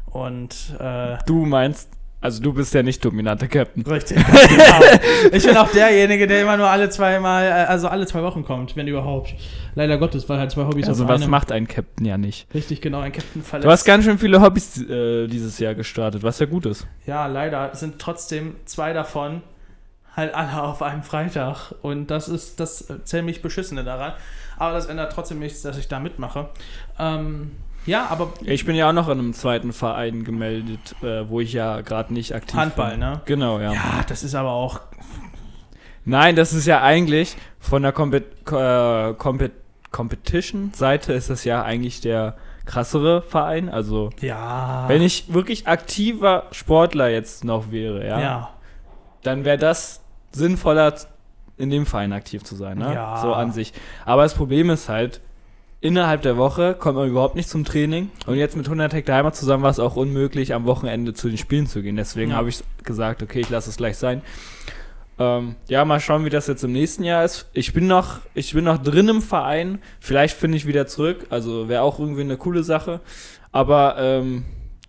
Und, äh, Du meinst, also du bist ja nicht dominanter Captain. richtig. genau. Ich bin auch derjenige, der immer nur alle zweimal, äh, also alle zwei Wochen kommt, wenn überhaupt. Leider Gottes, weil halt zwei Hobbys Also auf was einem- macht ein Captain ja nicht? Richtig, genau, ein Captain verletzt. Du hast ganz schön viele Hobbys äh, dieses Jahr gestartet, was ja gut ist. Ja, leider sind trotzdem zwei davon halt alle auf einem Freitag. Und das ist das ziemlich Beschissene daran. Aber das ändert trotzdem nichts, dass ich da mitmache. Ähm, ja, aber Ich bin ja auch noch in einem zweiten Verein gemeldet, äh, wo ich ja gerade nicht aktiv Handball, bin. ne? Genau, ja. Ja, das ist aber auch. Nein, das ist ja eigentlich von der Kompet Ko- äh, Kompet Competition-Seite ist das ja eigentlich der krassere Verein. Also Ja. wenn ich wirklich aktiver Sportler jetzt noch wäre, ja, ja. ja. dann wäre das sinnvoller, in dem Verein aktiv zu sein, ne? Ja. so an sich. Aber das Problem ist halt, innerhalb der Woche kommt man überhaupt nicht zum Training und jetzt mit 100 Hektar Heimat zusammen war es auch unmöglich, am Wochenende zu den Spielen zu gehen. Deswegen Ja. habe ich gesagt, okay, ich lasse es gleich sein. Ähm, ja, mal schauen, wie das jetzt im nächsten Jahr ist. Ich bin noch, ich bin noch drin im Verein. Vielleicht finde ich wieder zurück. Also wäre auch irgendwie eine coole Sache. Aber ähm,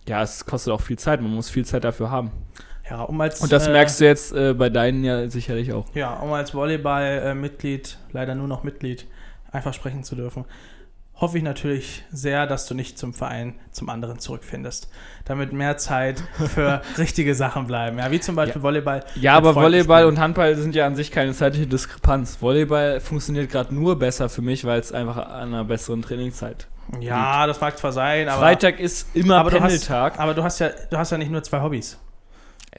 ja, es kostet auch viel Zeit. Man muss viel Zeit dafür haben. um als, Und das merkst du jetzt äh, bei deinen ja sicherlich auch. Ja, um als Volleyball-Mitglied, leider nur noch Mitglied, einfach sprechen zu dürfen, hoffe ich natürlich sehr, dass du nicht zum Verein, zum anderen zurückfindest. Damit mehr Zeit für richtige Sachen bleiben. Ja, wie zum Beispiel Volleyball. Ja, mit aber Freunden Volleyball spielen. und Handball sind ja an sich keine zeitliche Diskrepanz. Volleyball funktioniert gerade nur besser für mich, weil es einfach an einer besseren Trainingszeit. Ja, das mag zwar sein, aber. Freitag ist immer aber du hast, Pendeltag. aber du hast ja, du hast ja nicht nur zwei Hobbys.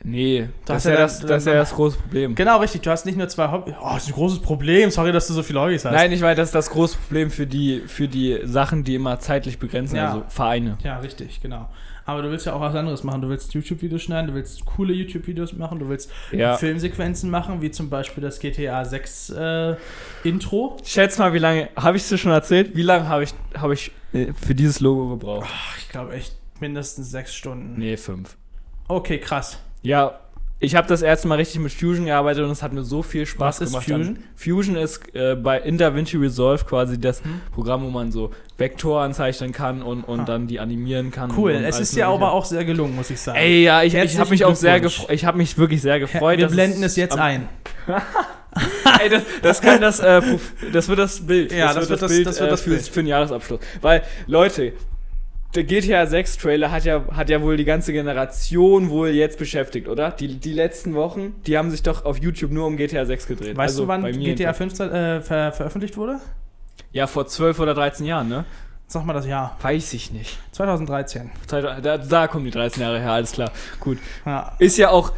nee, hast das, ist ja ja das, dann- das, ist ja dann- das große Problem. Genau, richtig. Du hast nicht nur zwei Hobbys. Oh, das ist ein großes Problem. Sorry, dass du so viele Hobbys hast. Nein, ich meine, das ist das große Problem für die, für die Sachen, die immer zeitlich begrenzt sind, Ja. also Vereine. Ja, richtig, genau. Aber du willst ja auch was anderes machen. Du willst YouTube-Videos schneiden, du willst coole YouTube-Videos machen, du willst Ja. Filmsequenzen machen, wie zum Beispiel das GTA 6 äh, Intro. Schätz mal, wie lange, habe ich es dir schon erzählt? Wie lange habe ich, hab ich äh, für dieses Logo gebraucht? Ach, ich glaube echt mindestens sechs Stunden. Nee, fünf. Okay, krass. Ja, ich habe das erste Mal richtig mit Fusion gearbeitet und es hat mir so viel Was Spaß ist gemacht. Fusion? Dann- Fusion ist äh, bei in DaVinci Resolve quasi das Programm, wo man so Vektoren zeichnen kann und, und Hm. Ah. dann die animieren kann. Cool. und Es alles ist ja Mögliche. aber auch sehr gelungen, muss ich sagen. Ey, ja, ich, ich Herzlichen habe mich auch sehr Glückwunsch. gefreut. Ich habe mich wirklich sehr gefreut. wir dass blenden es jetzt am- ein. Ey, das, das kann das, äh, Prof- das wird das Bild. äh, Ja, das wird das- das wird das für, Bild. für den Jahresabschluss. Weil, Leute, der GTA 6 Trailer hat ja, hat ja wohl die ganze Generation wohl jetzt beschäftigt, oder? Die, die letzten Wochen, die haben sich doch auf YouTube nur um GTA 6 gedreht. Weißt Also du, wann bei mir GTA jedenfalls. 5 äh, ver veröffentlicht wurde? Ja, vor 12 oder 13 Jahren, ne? Sag mal das Jahr. Weiß ich nicht. 2013. Da, da- da kommen die 13 Jahre her, alles klar. Gut. Ja. Ist ja auch.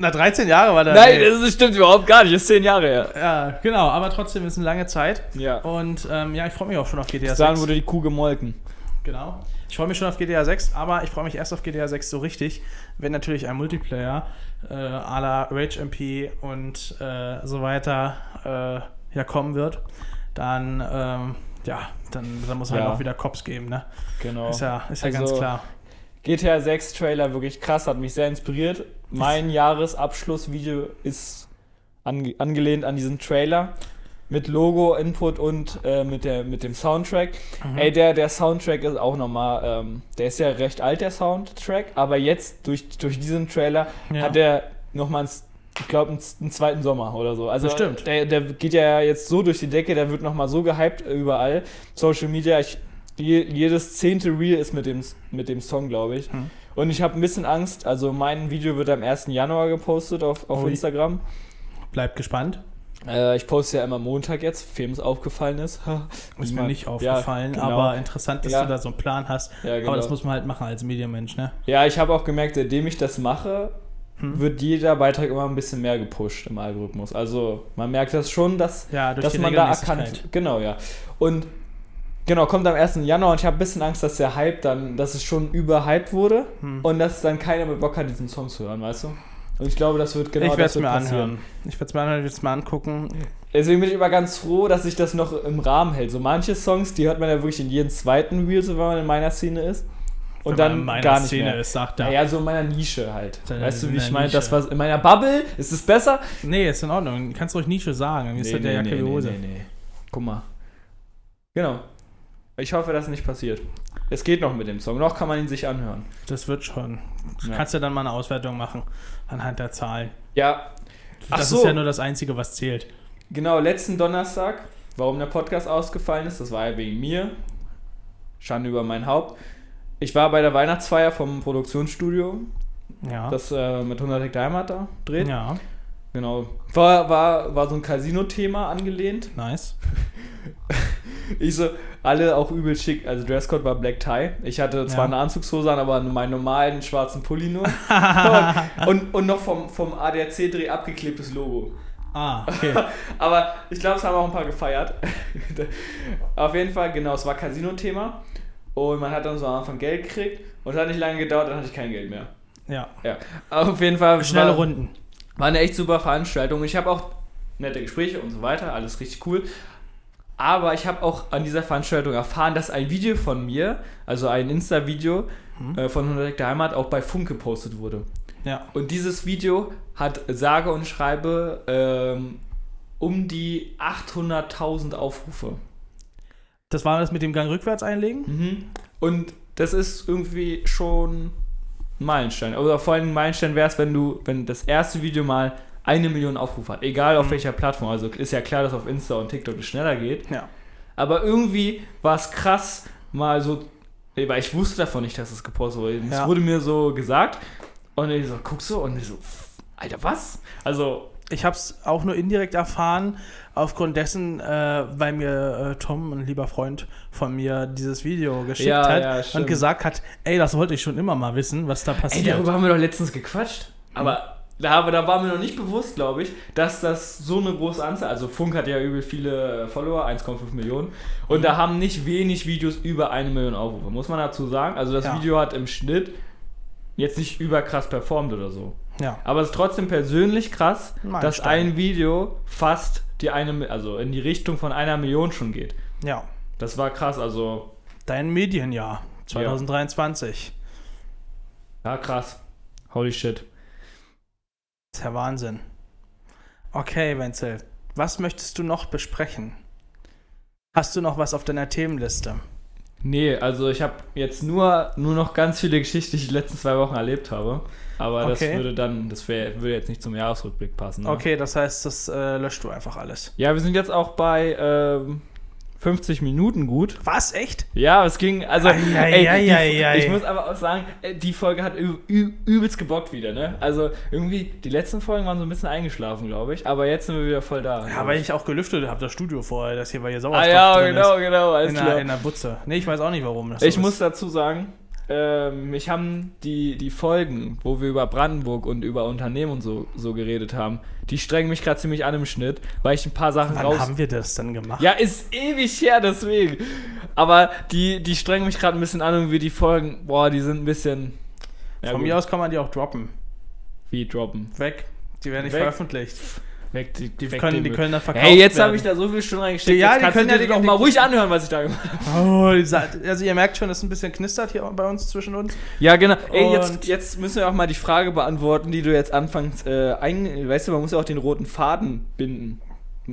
Na, 13 Jahre war das. Nein, das stimmt überhaupt gar nicht, ist 10 Jahre her. Ja, genau, aber trotzdem ist eine lange Zeit. Ja. Und ähm, ja, ich freue mich auch schon auf GTA Bis dahin 6. wurde die Kuh gemolken. Genau. Ich freue mich schon auf GTA 6, aber ich freue mich erst auf GTA 6 so richtig, wenn natürlich ein Multiplayer äh, à la Rage MP und äh, so weiter äh, ja kommen wird. Dann, ähm, ja, dann, dann muss halt Ja. auch wieder Cops geben, ne? Genau. Ist ja, ist ja Also, ganz klar. GTA 6 Trailer wirklich krass, hat mich sehr inspiriert. Mein Jahresabschlussvideo ist ange angelehnt an diesen Trailer mit Logo, Input und äh, mit, der, mit dem Soundtrack. Mhm. Ey, der, der Soundtrack ist auch nochmal, ähm, der ist ja recht alt, der Soundtrack, aber jetzt durch, durch diesen Trailer Ja. hat er nochmal, ich glaube, einen, einen zweiten Sommer oder so. Also Bestimmt. Der, der geht ja jetzt so durch die Decke, der wird nochmal so gehypt überall. Social Media, ich, je, jedes zehnte Reel ist mit dem, mit dem Song, glaube ich. Mhm. Und ich habe ein bisschen Angst, also mein Video wird am 1. Januar gepostet auf, auf Ui. Instagram. Bleibt gespannt. Äh, ich poste ja immer Montag jetzt, wem es aufgefallen ist. Ist mir Niemand- nicht Ja, aufgefallen, genau. aber interessant, dass Ja. du da so einen Plan hast. Ja, genau. Aber das muss man halt machen als Medienmensch, ne? ja, ich habe auch gemerkt, seitdem ich das mache, Hm. wird jeder Beitrag immer ein bisschen mehr gepusht im Algorithmus. Also man merkt das schon, dass, Ja, durch dass die man da Regelmäßigkeit. erkannt. Genau, ja. Und genau, kommt am 1. Januar und ich habe ein bisschen Angst, dass der Hype dann, dass es schon überhyped wurde Hm. und dass dann keiner mehr Bock hat, diesen Song zu hören, weißt du? Und ich glaube, das wird genau ich werde das es wird mir passieren. anhören. Ich werde es mir anhören, ich werde es mir angucken. Deswegen bin ich immer ganz froh, dass sich das noch im Rahmen hält. So manche Songs, die hört man ja wirklich in jedem zweiten Reel, so wenn man in meiner Szene ist. Wenn Und man dann in meiner gar nicht Szene mehr. ist, sagt er. Naja, so in meiner Nische halt. Dann weißt du, in wie ich der meine? Das Nische. was in meiner Bubble ist es besser? Nee, ist in Ordnung. Kannst du ruhig Nische sagen. Dann ist nee, der Jacke wie Hose. nee. Guck mal. Genau. Ich hoffe, dass nicht passiert. Es geht noch mit dem Song. Noch kann man ihn sich anhören. Das wird schon. Ja. Kannst ja dann mal eine Auswertung machen anhand der Zahlen. Ja, Ach Das so. ist ja nur das Einzige, was zählt. Genau, letzten Donnerstag, warum der Podcast ausgefallen ist, das war ja wegen mir. Schande über mein Haupt. Ich war bei der Weihnachtsfeier vom Produktionsstudio, Ja. das äh, mit 100 Hektar Heimat da dreht. Ah. ja, Genau. War, war, war so ein Casino-Thema angelehnt. nice. Ich so, alle auch übel schick. Also Dresscode war Black Tie. Ich hatte zwar Ja. eine Anzugshose an, aber meinen normalen schwarzen Pulli nur. und, und, und noch vom, vom ADAC-Dreh abgeklebtes Logo. Ah, okay. Aber ich glaube, es haben auch ein paar gefeiert. Auf jeden Fall, genau, es war Casino-Thema. Und man hat dann so am Anfang Geld gekriegt. Und es hat nicht lange gedauert, dann hatte ich kein Geld mehr. ja. Ja. Auf jeden Fall. Schnelle war, Runden. War eine echt super Veranstaltung. Ich habe auch nette Gespräche und so weiter. Alles richtig cool. Aber ich habe auch an dieser Veranstaltung erfahren, dass ein Video von mir, also ein Insta-Video äh, von 100 Hektar Heimat, auch bei Funk gepostet wurde. Ja. Und dieses Video hat sage und schreibe ähm, um die 800.000 Aufrufe. Das war das mit dem Gang rückwärts einlegen? Mhm. Und das ist irgendwie schon ein Meilenstein. Oder vor allem ein Meilenstein wäre es, wenn du, wenn das erste Video mal eine Million Aufrufe hat. Egal auf welcher Plattform. Also ist ja klar, dass auf Insta und TikTok es schneller geht. Ja. Aber irgendwie war es krass, mal so. nee, Weil ich wusste davon nicht, dass es gepostet wurde. Es Ja. wurde mir so gesagt. Und ich so, guckst du? Und ich so, Alter, was? Also, Ich habe es auch nur indirekt erfahren, aufgrund dessen, äh, weil mir äh, Tom, ein lieber Freund von mir, dieses Video geschickt Ja, hat ja, und stimmt. gesagt hat, ey, das wollte ich schon immer mal wissen, was da ey, passiert. darüber haben wir doch letztens gequatscht. Aber da, aber da war mir noch nicht bewusst, glaube ich, dass das so eine große Anzahl. Also, Funk hat ja übel viele äh, Follower, 1,5 Millionen. Und da haben nicht wenig Videos über eine Million Aufrufe, muss man dazu sagen. Also, das Ja. Video hat im Schnitt jetzt nicht überkrass performt oder so. ja. Aber es ist trotzdem persönlich krass, Meilenstein. dass ein Video fast die eine, Mi- also in die Richtung von einer Million schon geht. ja. Das war krass, also Dein Medienjahr 2023. ja krass. Holy shit. Das ist ja Wahnsinn. Okay, Wenzel, was möchtest du noch besprechen? Hast du noch was auf deiner Themenliste? Nee, also ich habe jetzt nur, nur noch ganz viele Geschichten, die ich die letzten zwei Wochen erlebt habe. Aber das Okay. würde dann, das wär, würde jetzt nicht zum Jahresrückblick passen. Ne? Okay, das heißt, das äh, löscht du einfach alles. Ja, wir sind jetzt auch bei ähm, 50 Minuten gut. Was? Echt? Ja, es ging, also, Ei, ey, ei, die, ei, ei. ich muss aber auch sagen, äh, die Folge hat ü, ü, übelst gebockt wieder, ne? Also, irgendwie, die letzten Folgen waren so ein bisschen eingeschlafen, glaube ich, aber jetzt sind wir wieder voll da. Ja, weil ich auch gelüftet habe, das Studio vorher, dass hier bei ihr Sauerstoff ah, ja, drin genau, ist. genau, alles In der, klar. in der Butze. Nee, ich weiß auch nicht, warum das so ich ist. muss dazu sagen, ähm, mich haben die, die Folgen, wo wir über Brandenburg und über Unternehmen und so, so geredet haben, die strengen mich gerade ziemlich an im Schnitt, weil ich ein paar Sachen Wann raus... haben wir das denn gemacht? Ja, ist ewig her, deswegen. Aber die, die strengen mich gerade ein bisschen an und wie die Folgen, boah, die sind ein bisschen. Ja, Von gut. mir aus kann man die auch droppen. Wie droppen. Weg. Die werden nicht Weg. veröffentlicht. Weg, die, Die weg können, den die Müll. können dann verkauft Hey, jetzt werden. habe ich da so viel Stunden reingesteckt. Ja, jetzt die kannst können du ja dir die- doch die- mal ruhig anhören, was ich da gemacht habe. Oh, ihr seid- also ihr merkt schon, dass es ein bisschen knistert hier bei uns zwischen uns. Ja, genau. Ey, Und- jetzt, jetzt müssen wir auch mal die Frage beantworten, die du jetzt anfangs äh, ein, weißt du, man muss ja auch den roten Faden binden,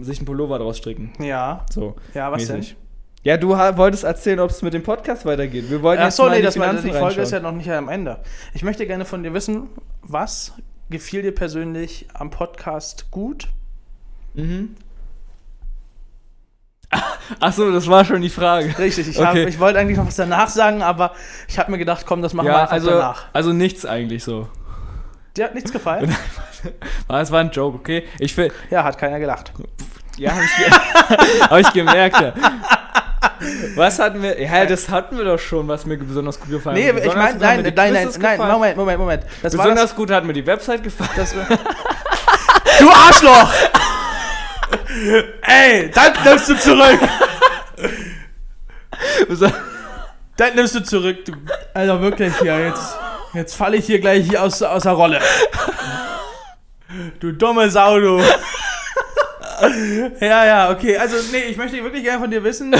sich einen Pullover draus stricken. Ja, So. ja, was denn? mäßig. Ja, du ha- wolltest erzählen, ob es mit dem Podcast weitergeht. Wir wollten Ach jetzt so, mal nee, in die das war, Finanzen die Folge ist ja reinschauen. noch nicht am Ende. Ich möchte gerne von dir wissen, was gefiel dir persönlich am Podcast gut? Mhm. Ach so, das war schon die Frage. Richtig, ich, hab, Okay. ich wollte eigentlich noch was danach sagen, aber ich habe mir gedacht, komm, das machen wir Ja, einfach also, danach. also nichts eigentlich so. Dir hat nichts gefallen? Ah, Es war ein Joke, okay? Ich finde, ja, hat keiner gelacht. ja, habe ich, ge hab ich gemerkt. Ja. Was hatten wir? Ja, das hatten wir doch schon, was mir besonders gut gefallen Nee, hat. ich Besonders meine, gut haben nein, mir nein, die nein, Quizzes nein, gefallen. Moment, Moment, Moment. Das Besonders war gut hat mir die Website gefallen. das, das Du Arschloch! Ey, dann nimmst du zurück! Dann nimmst du zurück, du. Also wirklich, ja, jetzt, jetzt falle ich hier gleich hier aus, aus der Rolle. Du dumme Sau, du. Ja, ja, okay. Also, nee, ich möchte wirklich gerne von dir wissen, äh,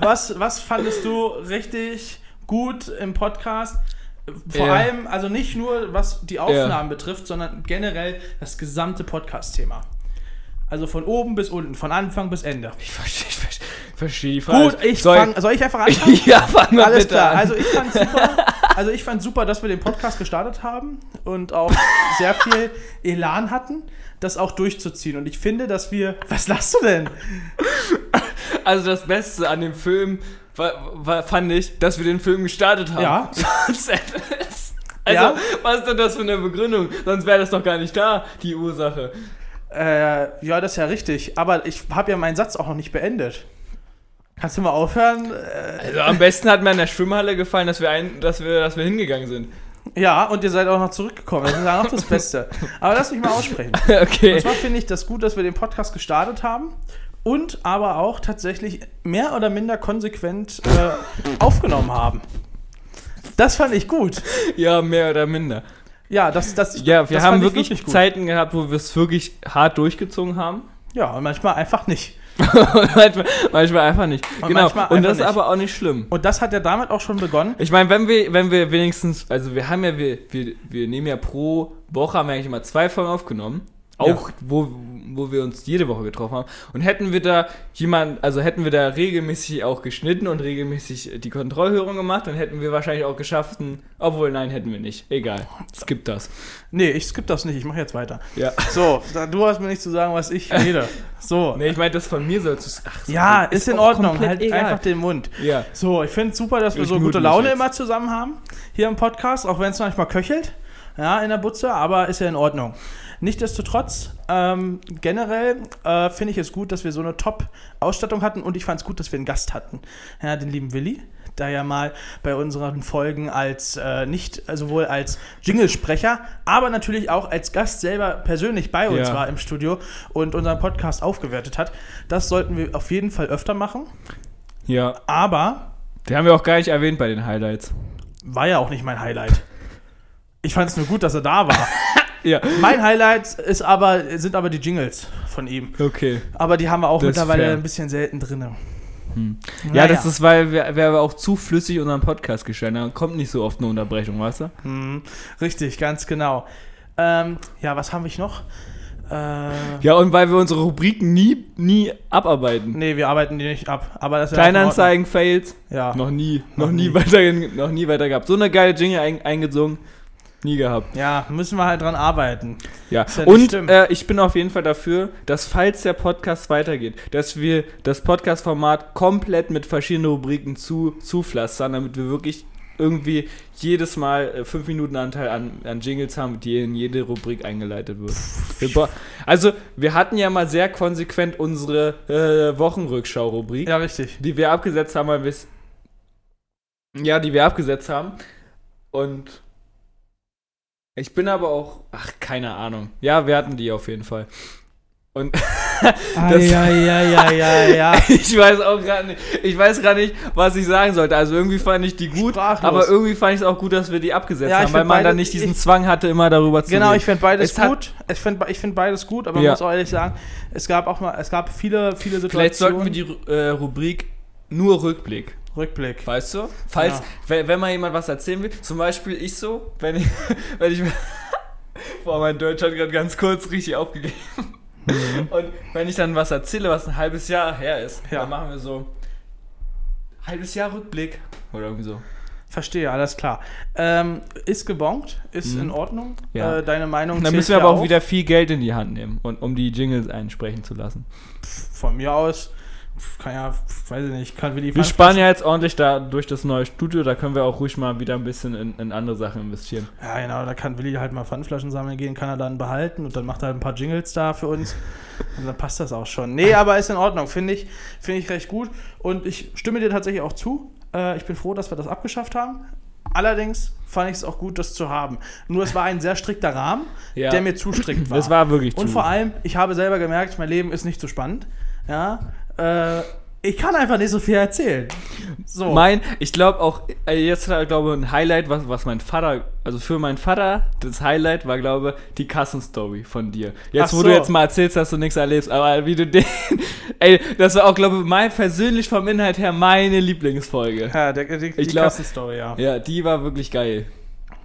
was, was fandest du richtig gut im Podcast? Vor Ja. allem, also nicht nur was die Aufnahmen betrifft, sondern generell das gesamte Podcast-Thema. Also von oben bis unten, von Anfang bis Ende. ich verstehe ich versteh, ich versteh die Frage. Gut, ich Soll- fang, soll ich einfach anfangen? ja, fang mal Alles bitte klar. an. Also ich fand super. Also ich fand super, dass wir den Podcast gestartet haben und auch sehr viel Elan hatten, das auch durchzuziehen. Und ich finde, dass wir. Was lachst du denn? Also das Beste an dem Film war, war, fand ich, dass wir den Film gestartet haben. Ja. Sonst hätte es- also, Ja. was ist denn das für eine Begründung? Sonst wäre das doch gar nicht da, die Ursache. Äh, ja, das ist ja richtig. Aber ich habe ja meinen Satz auch noch nicht beendet. Kannst du mal aufhören? Äh, Also am besten hat mir an der Schwimmhalle gefallen, dass wir, ein, dass wir, dass wir hingegangen sind. ja, und ihr seid auch noch zurückgekommen. Das ist ja noch das Beste. Aber lass mich mal aussprechen. Und okay. zwar finde ich das gut, dass wir den Podcast gestartet haben und aber auch tatsächlich mehr oder minder konsequent äh, aufgenommen haben. Das fand ich gut. Ja, mehr oder minder. Ja, das, das, Ja, wir das haben fand ich wirklich, gut. Zeiten gehabt, wo wir es wirklich hart durchgezogen haben. Ja, und manchmal einfach nicht. Und manchmal, manchmal einfach nicht. Und genau. manchmal Und einfach das ist nicht. aber auch nicht schlimm. Und das hat ja damit auch schon begonnen. Ich meine, wenn wir, wenn wir wenigstens, also wir haben ja, wir, wir, wir nehmen ja pro Woche, haben wir eigentlich immer zwei Folgen aufgenommen. Auch wo, wo wir uns jede Woche getroffen haben. Und hätten wir da jemand, also hätten wir da regelmäßig auch geschnitten und regelmäßig die Kontrollhörung gemacht, dann hätten wir wahrscheinlich auch geschafft, ein- obwohl nein, hätten wir nicht. Egal. Es gibt das. Nee, ich skippe das nicht, ich mache jetzt weiter. Ja. So, da- du hast mir nicht zu sagen, was ich rede. So. Nee, ich meine, das von mir sollst du es. ach so, Ja, ist, in auch Ordnung. komplett Halt egal. einfach den Mund. Ja. So, ich finde es super, dass wir Ich so mute gute mich Laune jetzt. immer zusammen haben hier im Podcast, auch wenn es manchmal köchelt. Ja, in der Butze, aber ist ja in Ordnung. Nichtsdestotrotz, ähm, generell äh, finde ich es gut, dass wir so eine Top-Ausstattung hatten und ich fand es gut, dass wir einen Gast hatten. Ja, den lieben Willi, der ja mal bei unseren Folgen als äh, nicht äh, sowohl als Jinglesprecher, aber natürlich auch als Gast selber persönlich bei uns Ja. war im Studio und unseren Podcast aufgewertet hat. Das sollten wir auf jeden Fall öfter machen, Ja. aber Den haben wir auch gar nicht erwähnt bei den Highlights. war ja auch nicht mein Highlight. Ich fand es nur gut, dass er da war. Ja. mein Highlight ist aber, sind aber die Jingles von ihm. Okay. Aber die haben wir auch Das ist mittlerweile fair. Hm. ein bisschen selten drin. Ja, das ist, weil wir, wir aber auch zu flüssig unseren Podcast gestellt haben. Kommt nicht so oft eine Unterbrechung, weißt du? Hm, richtig, ganz genau. Ähm, ja, was habe ich noch? Äh, Ja, und weil wir unsere Rubriken nie, nie abarbeiten. nee, wir arbeiten die nicht ab. Aber das ist ja Kleinanzeigen, Fails, in Ordnung. Ja. noch nie, Noch noch, nie, nie. Weiter, noch nie weiter gehabt. So eine geile Jingle ein, eingezogen, nie gehabt. ja, müssen wir halt dran arbeiten. Ja, ja nicht und schlimm. äh, ich bin auf jeden Fall dafür, dass falls der Podcast weitergeht, dass wir das Podcast-Format komplett mit verschiedenen Rubriken zu, zupflastern, damit wir wirklich irgendwie jedes Mal äh, fünf Minuten Anteil an, an Jingles haben, die in jede Rubrik eingeleitet wird. Wir bra- also, wir hatten ja mal sehr konsequent unsere äh, Wochenrückschau-Rubrik, Ja, richtig. die wir abgesetzt haben, weil wir es. Ja, die wir abgesetzt haben. Und. Ich bin aber auch. Ach, keine Ahnung. Ja, wir hatten die auf jeden Fall. Und. ja, ja, ja, ja, ja. Ich weiß auch gerade nicht, ich weiß gerade nicht, was ich sagen sollte. Also irgendwie fand ich die gut, Sprachlos. aber irgendwie fand ich es auch gut, dass wir die abgesetzt Ja, ich haben, weil find man beide- dann nicht diesen ich- Zwang hatte, immer darüber zu Genau, reden. ich finde beides Es hat- gut. Ich finde ich find beides gut, aber Ja. man muss auch ehrlich sagen, es gab auch mal, es gab viele, viele Situationen. Vielleicht sollten wir die Ru- äh, Rubrik nur Rückblick, Rückblick. weißt du? Falls, Ja. wenn, wenn mal jemand was erzählen will, zum Beispiel ich so, wenn ich, wenn ich, boah, mein Deutsch hat gerade ganz kurz richtig aufgegeben. Und wenn ich dann was erzähle, was ein halbes Jahr her ist, Ja. dann machen wir so, halbes Jahr Rückblick oder irgendwie so. Verstehe, alles klar. Ähm, ist gebongt, ist in Ordnung. Mhm. Ja. Äh, deine Meinung Dann zählt müssen wir aber hier auch wieder viel Geld in die Hand nehmen, und, um die Jingles einsprechen zu lassen. Von mir aus, pf, kann ja, pf, weiß ich nicht, kann Willi Wir Pfand- sparen ja jetzt ordentlich da durch das neue Studio, da können wir auch ruhig mal wieder ein bisschen in, in andere Sachen investieren. Ja, genau, da kann Willi halt mal Pfandflaschen sammeln gehen, kann er dann behalten und dann macht er halt ein paar Jingles da für uns. Und dann passt das auch schon. Nee, aber ist in Ordnung, finde ich, finde ich recht gut. Und ich stimme dir tatsächlich auch zu. Äh, ich bin froh, dass wir das abgeschafft haben. Allerdings fand ich es auch gut, das zu haben. Nur es war ein sehr strikter Rahmen, Ja. der mir zu strikt war. Das war wirklich Und zu- vor allem, ich habe selber gemerkt, mein Leben ist nicht so spannend. Ja, äh, ich kann einfach nicht so viel erzählen. So. Mein, ich glaube auch, äh, jetzt äh, glaube ein Highlight, was, was mein Vater, also für meinen Vater, das Highlight war, glaube die Kassenstory von dir. Jetzt, Ach wo du so. jetzt mal erzählst, dass du nichts erlebst, aber wie du den, ey, das war auch, glaube ich, mein, persönlich vom Inhalt her meine Lieblingsfolge. ja, der, die, die glaub- Kassenstory, ja. Ja, die war wirklich geil.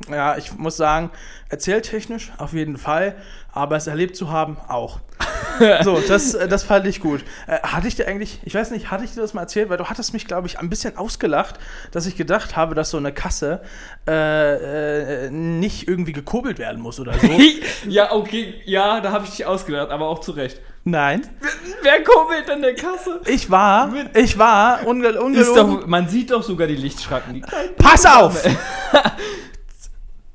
Ja, ich muss sagen, erzähltechnisch auf jeden Fall, aber es erlebt zu haben auch. so, das, äh, das fand ich gut. Äh, hatte ich dir eigentlich, ich weiß nicht, hatte ich dir das mal erzählt, weil du hattest mich, glaube ich, ein bisschen ausgelacht, dass ich gedacht habe, dass so eine Kasse äh, äh, nicht irgendwie gekurbelt werden muss oder so. ja, okay, ja, da habe ich dich ausgedacht, aber auch zu Recht. Nein. Wer kurbelt an der Kasse? Ich war, ich war, unge Ist ungelogen. doch, man sieht doch sogar die Lichtschranken. Die Pass auf!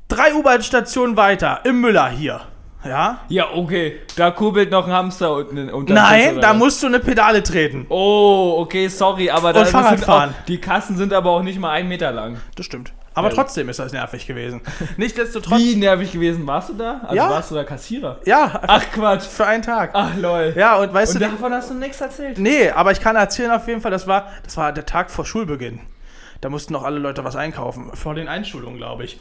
Drei U-Bahn-Stationen weiter, im Müller hier. Ja? ja, okay, da kurbelt noch ein Hamster unten. unter den Tisch Nein, oder da was? musst du eine Pedale treten. Oh, okay, sorry, aber da Und Fahrrad sind fahren. Auch, die Kassen sind aber auch nicht mal einen Meter lang. Das stimmt. Aber Ja. trotzdem ist das nervig gewesen. Nichtsdestotrotz. Wie nervig gewesen warst du da? Also Ja. warst du da Kassierer? Ja, Ach Quatsch. für einen Tag. Ach lol. Ja, und weißt Und du. davon hast du nichts erzählt. Nee, aber ich kann erzählen auf jeden Fall, das war, das war der Tag vor Schulbeginn. Da mussten noch alle Leute was einkaufen. Vor den Einschulungen, glaube ich.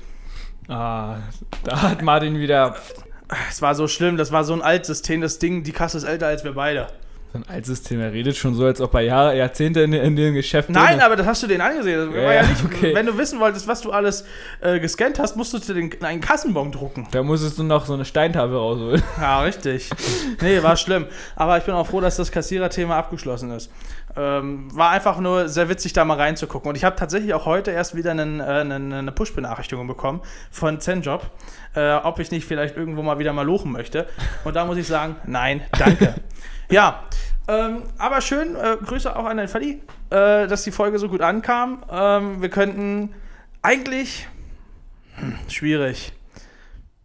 Ah, da hat Martin wieder Es war so schlimm, das war so ein Altsystem, das Ding, die Kasse ist älter als wir beide. so ein altes Thema. Er redet schon so, als ob er Jahre, Jahrzehnte in, in den Geschäften. Nein, aber das hast du denen angesehen. Das Ja, war ja ja, nicht, okay. Wenn du wissen wolltest, was du alles äh, gescannt hast, musstest du den, einen Kassenbon drucken. Da musstest du noch so eine Steintafel rausholen. Ja, richtig. Nee, war schlimm. Aber ich bin auch froh, dass das Kassierer-Thema abgeschlossen ist. Ähm, war einfach nur sehr witzig, da mal reinzugucken. Und ich habe tatsächlich auch heute erst wieder einen, äh, einen, eine Push-Benachrichtigung bekommen von Zenjob, äh, ob ich nicht vielleicht irgendwo mal wieder mal lochen möchte. Und da muss ich sagen, nein, danke. ja, ähm, aber schön, äh, Grüße auch an den Fadi, äh, dass die Folge so gut ankam. Ähm, wir könnten eigentlich... Hm, schwierig.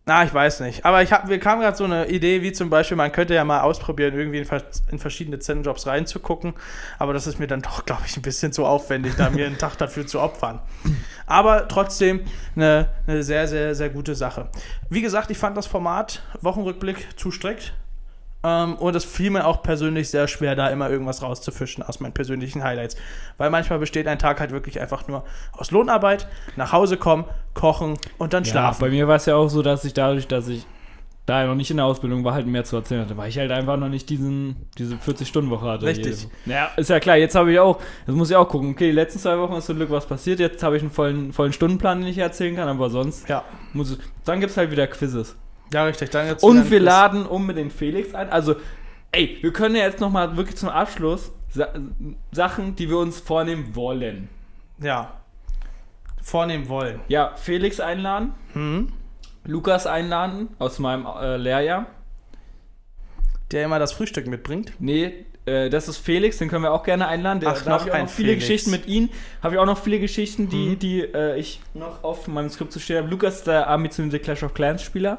Na, ich weiß nicht. Aber ich hab, wir kamen gerade so eine Idee, wie zum Beispiel, man könnte ja mal ausprobieren, irgendwie in, vers in verschiedene Zen-Jobs reinzugucken. Aber das ist mir dann doch, glaube ich, ein bisschen zu aufwendig, da mir einen Tag dafür zu opfern. Aber trotzdem eine, eine sehr, sehr, sehr gute Sache. Wie gesagt, ich fand das Format Wochenrückblick zu strikt. Ähm, und es fiel mir auch persönlich sehr schwer, da immer irgendwas rauszufischen aus meinen persönlichen Highlights. Weil manchmal besteht ein Tag halt wirklich einfach nur aus Lohnarbeit, nach Hause kommen, kochen und dann schlafen. bei mir war es ja auch so, dass ich dadurch, dass ich da noch nicht in der Ausbildung war, halt mehr zu erzählen hatte, weil ich halt einfach noch nicht diesen, diese 40-Stunden-Woche hatte. Also, Richtig. Jede- Ja, ist ja klar, jetzt habe ich auch, jetzt muss ich auch gucken, okay, die letzten zwei Wochen ist zum Glück was passiert, jetzt habe ich einen vollen, vollen Stundenplan, den ich erzählen kann, aber sonst Ja. muss es, dann gibt es halt wieder Quizzes. Ja, richtig. Dann jetzt Und wir laden unbedingt Felix ein, also, ey, wir können ja jetzt nochmal wirklich zum Abschluss Sa Sachen, die wir uns vornehmen wollen. Ja. Vornehmen wollen. Ja, Felix einladen, Mhm. Lukas einladen aus meinem äh, Lehrjahr. Der immer das Frühstück mitbringt. Nee, äh, das ist Felix, den können wir auch gerne einladen. Der, Ach, da hab noch ich auch ein noch viele Felix. Mhm. Geschichten mit ihm. Habe ich auch noch viele Geschichten, die, die äh, ich noch auf meinem Skript zu stehen habe. Lukas ist der ambitionierte Clash of Clans Spieler.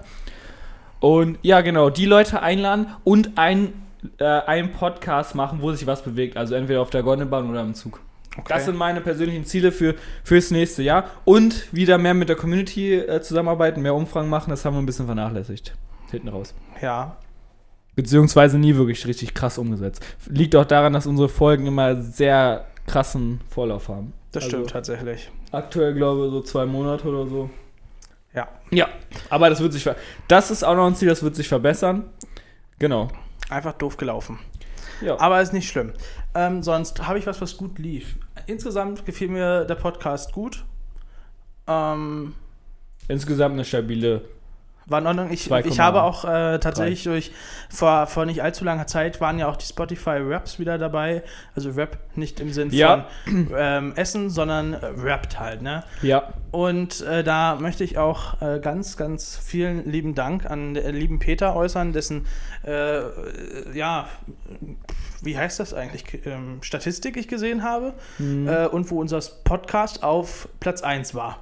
Und ja, genau, die Leute einladen und ein, äh, einen Podcast machen, wo sich was bewegt. Also entweder auf der Gondelbahn oder im Zug. Das sind meine persönlichen Ziele für fürs nächste Jahr. Und wieder mehr mit der Community äh, zusammenarbeiten, mehr Umfragen machen. Das haben wir ein bisschen vernachlässigt. Hinten raus. ja. Beziehungsweise nie wirklich richtig krass umgesetzt. Liegt auch daran, dass unsere Folgen immer sehr krassen Vorlauf haben. Das Also- stimmt tatsächlich. Aktuell, glaube ich, so zwei Monate oder so. Ja. Ja, aber das wird sich ver Das ist auch noch ein Ziel, das wird sich verbessern. Genau. Einfach doof gelaufen. Ja. Aber ist nicht schlimm. Ähm, sonst habe ich was, was gut lief. Insgesamt gefiel mir der Podcast gut. Ähm, Insgesamt eine stabile. war in Ordnung. Ich, 2,8. ich habe auch äh, tatsächlich durch, vor, vor nicht allzu langer Zeit waren ja auch die Spotify Raps wieder dabei. Also Rap nicht im Sinn Ja. von ähm, Essen, sondern äh, rappt halt, ne? Ja. Und äh, da möchte ich auch äh, ganz, ganz vielen lieben Dank an äh, lieben Peter äußern, dessen, äh, äh, ja, wie heißt das eigentlich, K- ähm, Statistik ich gesehen habe äh, und wo unser Podcast auf Platz 1 war.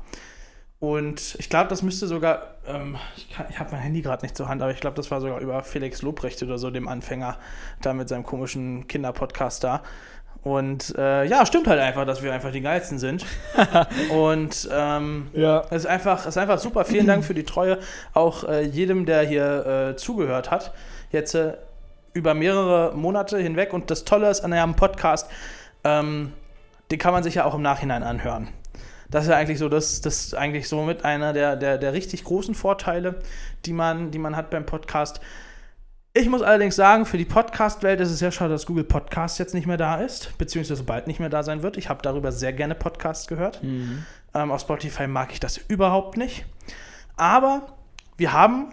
Und ich glaube, das müsste sogar, ähm, ich, kann- ich habe mein Handy gerade nicht zur Hand, aber ich glaube, das war sogar über Felix Lobrecht oder so, dem Anfänger, da mit seinem komischen Kinderpodcast da. Und äh, ja, stimmt halt einfach, dass wir einfach die geilsten sind. und ähm, Ja. es ist einfach, es ist einfach super. Vielen Dank für die Treue. Auch äh, jedem, der hier äh, zugehört hat. Jetzt äh, über mehrere Monate hinweg. Und das Tolle ist an einem Podcast, ähm, den kann man sich ja auch im Nachhinein anhören. Das ist ja eigentlich so, das, das ist eigentlich so mit einer der, der, der richtig großen Vorteile, die man, die man hat beim Podcast. Ich muss allerdings sagen, für die Podcast-Welt ist es sehr schade, dass Google Podcast jetzt nicht mehr da ist, beziehungsweise bald nicht mehr da sein wird. Ich habe darüber sehr gerne Podcasts gehört. Mhm. Ähm, auf Spotify mag ich das überhaupt nicht. Aber wir haben,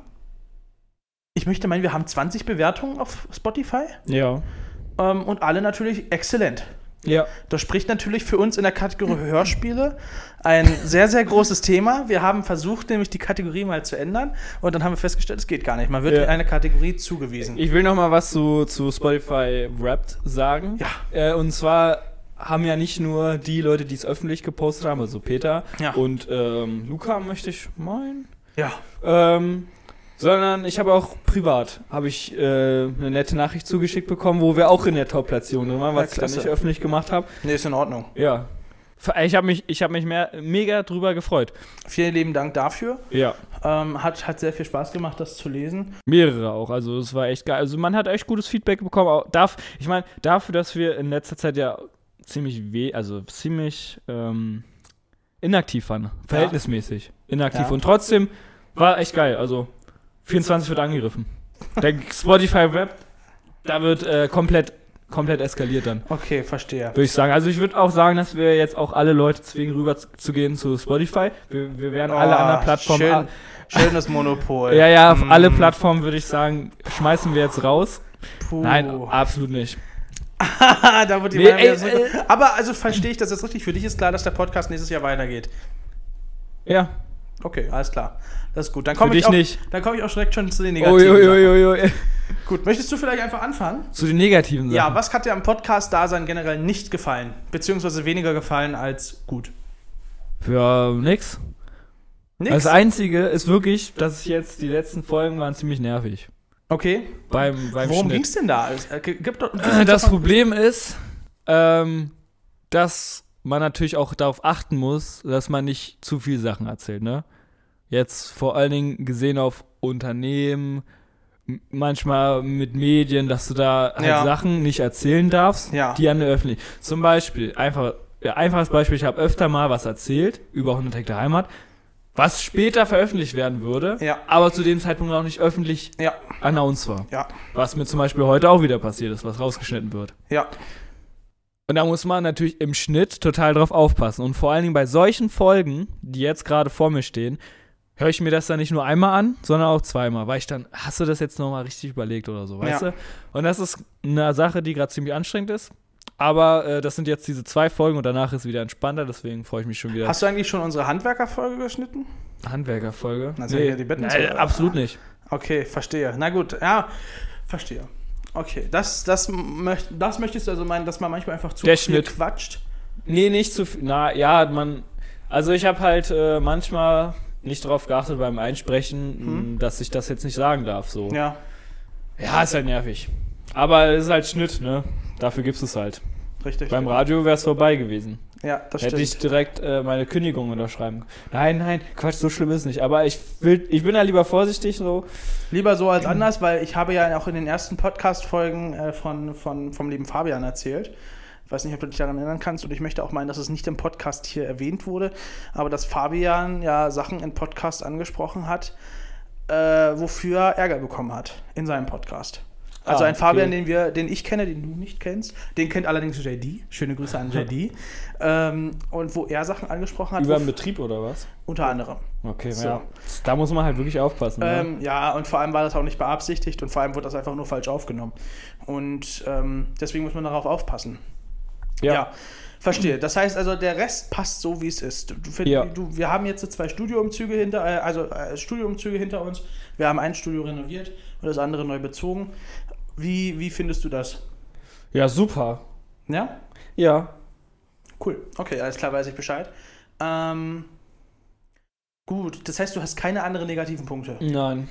ich möchte meinen, wir haben 20 Bewertungen auf Spotify Ja. ähm, und alle natürlich exzellent. Ja. Das spricht natürlich für uns in der Kategorie Hörspiele ein sehr, sehr großes Thema. Wir haben versucht, nämlich die Kategorie mal zu ändern und dann haben wir festgestellt, es geht gar nicht. Man wird Ja. eine Kategorie zugewiesen. Ich will noch mal was zu, zu Spotify Wrapped sagen. Ja. Äh, und zwar haben ja nicht nur die Leute, die es öffentlich gepostet haben, also Peter Ja. und ähm, Luca, möchte ich meinen, ja, ähm, sondern ich habe auch privat habe ich äh, eine nette Nachricht zugeschickt bekommen, wo wir auch in der Top-Platzierung drin waren, Ja, was ich dann klasse. nicht öffentlich gemacht habe. nee, ist in Ordnung. Ja. Ich habe mich, ich hab mich mehr, mega drüber gefreut. Vielen lieben Dank dafür. Ja. Ähm, hat, hat sehr viel Spaß gemacht, das zu lesen. Mehrere auch, also es war echt geil. Also man hat echt gutes Feedback bekommen. Auch darf, ich meine, dafür, dass wir in letzter Zeit ja ziemlich weh, also ziemlich ähm, inaktiv waren. Verhältnismäßig inaktiv. Ja. Und trotzdem war echt geil. Also 24 wird angegriffen. Der Spotify-Web, da wird äh, komplett, komplett eskaliert dann, Okay, verstehe. würde ich sagen. Also ich würde auch sagen, dass wir jetzt auch alle Leute zwingen, rüber zu, zu gehen zu Spotify. Wir, wir werden alle Oh, anderen Plattformen. ah. Schön, schönes Monopol. Ja, ja, auf Mm. alle Plattformen würde ich sagen, schmeißen wir jetzt raus. Puh. Nein, absolut nicht. da wird die Nee, Meinung wieder ey, äh. zurück- Aber also verstehe ich das jetzt richtig. Für dich ist klar, dass der Podcast nächstes Jahr weitergeht. Ja, Okay, alles klar. Das ist gut. Dann für komme ich, dich auch- nicht. dann komm ich auch direkt schon zu den negativen. Sachen. Uiuiuiui. Gut, möchtest du vielleicht einfach anfangen? Zu den negativen Sachen. Ja, was hat dir am Podcast-Dasein generell nicht gefallen? Beziehungsweise weniger gefallen als gut? Für nix. Nix? Das Einzige ist wirklich, dass ich jetzt, die letzten Folgen waren ziemlich nervig. okay. Beim, beim Worum Schnitt. ging es denn da? Es, äh, g- Gibt doch, Das Problem ist, ähm, dass man natürlich auch darauf achten muss, dass man nicht zu viel Sachen erzählt, ne? Jetzt vor allen Dingen gesehen auf Unternehmen, m- manchmal mit Medien, dass du da halt Ja. Sachen nicht erzählen darfst, Ja. die an der Öffentlichkeit. Zum Beispiel, einfach, ja, einfaches Beispiel, ich habe öfter mal was erzählt über 100 Hektar Heimat, was später veröffentlicht werden würde, Ja. aber zu dem Zeitpunkt noch nicht öffentlich Ja, announced war. ja, Was mir zum Beispiel heute auch wieder passiert ist, was rausgeschnitten wird. ja. Und da muss man natürlich im Schnitt total drauf aufpassen. Und vor allen Dingen bei solchen Folgen, die jetzt gerade vor mir stehen, höre ich mir das dann nicht nur einmal an, sondern auch zweimal, weil ich dann, hast du das jetzt nochmal richtig überlegt oder so, weißt Ja. du? Und das ist eine Sache, die gerade ziemlich anstrengend ist. Aber äh, das sind jetzt diese zwei Folgen und danach ist wieder entspannter, deswegen freue ich mich schon wieder. Hast du eigentlich schon unsere Handwerkerfolge geschnitten? Handwerkerfolge? Na, sind ja die Betten Nein, zu- absolut nicht. Okay, verstehe. Na gut, ja, verstehe. Okay, das, das, möcht, das möchtest du also meinen, dass man manchmal einfach zu Der viel Schnitt. quatscht? Nee, nicht zu viel. Na ja, man. Also ich habe halt äh, manchmal nicht drauf geachtet beim Einsprechen, mh, dass ich das jetzt nicht sagen darf. So. Hm? Ja, Ja, ist halt nervig. Aber es ist halt Schnitt, ne? Dafür gibt's es halt. richtig. Beim Radio wär's vorbei gewesen. Ja, das Hätte stimmt. ich direkt äh, meine Kündigung unterschreiben. Nein, nein, Quatsch, so schlimm ist nicht. Aber ich will, ich bin ja lieber vorsichtig so. Lieber so als anders, weil ich habe ja auch in den ersten Podcast-Folgen äh, von, von, vom lieben Fabian erzählt. Ich weiß nicht, ob du dich daran erinnern kannst und ich möchte auch meinen, dass es nicht im Podcast hier erwähnt wurde, aber dass Fabian ja Sachen in Podcast angesprochen hat, äh, wofür er Ärger bekommen hat in seinem Podcast. Also Ah, ein Fabian, okay. den wir, den ich kenne, den du nicht kennst, den kennt allerdings JD. Schöne Grüße an JD. ähm, und wo er Sachen angesprochen hat, Über wo- den Betrieb oder was? unter anderem. Okay, So. ja. Da muss man halt wirklich aufpassen. ne? Ähm, ja, und vor allem war das auch nicht beabsichtigt und vor allem wurde das einfach nur falsch aufgenommen. Und ähm, deswegen muss man darauf aufpassen. Ja. Verstehe. Das heißt also, der Rest passt so, wie es ist. Du, für, Ja. du, wir haben jetzt so zwei Studioumzüge hinter, äh, also äh, Studioumzüge hinter uns. Wir haben ein Studio renoviert und das andere neu bezogen. Wie, wie findest du das? ja, super. Ja? Ja. Cool. Okay, alles klar, weiß ich Bescheid. Ähm, gut, das heißt, du hast keine anderen negativen Punkte. Nein.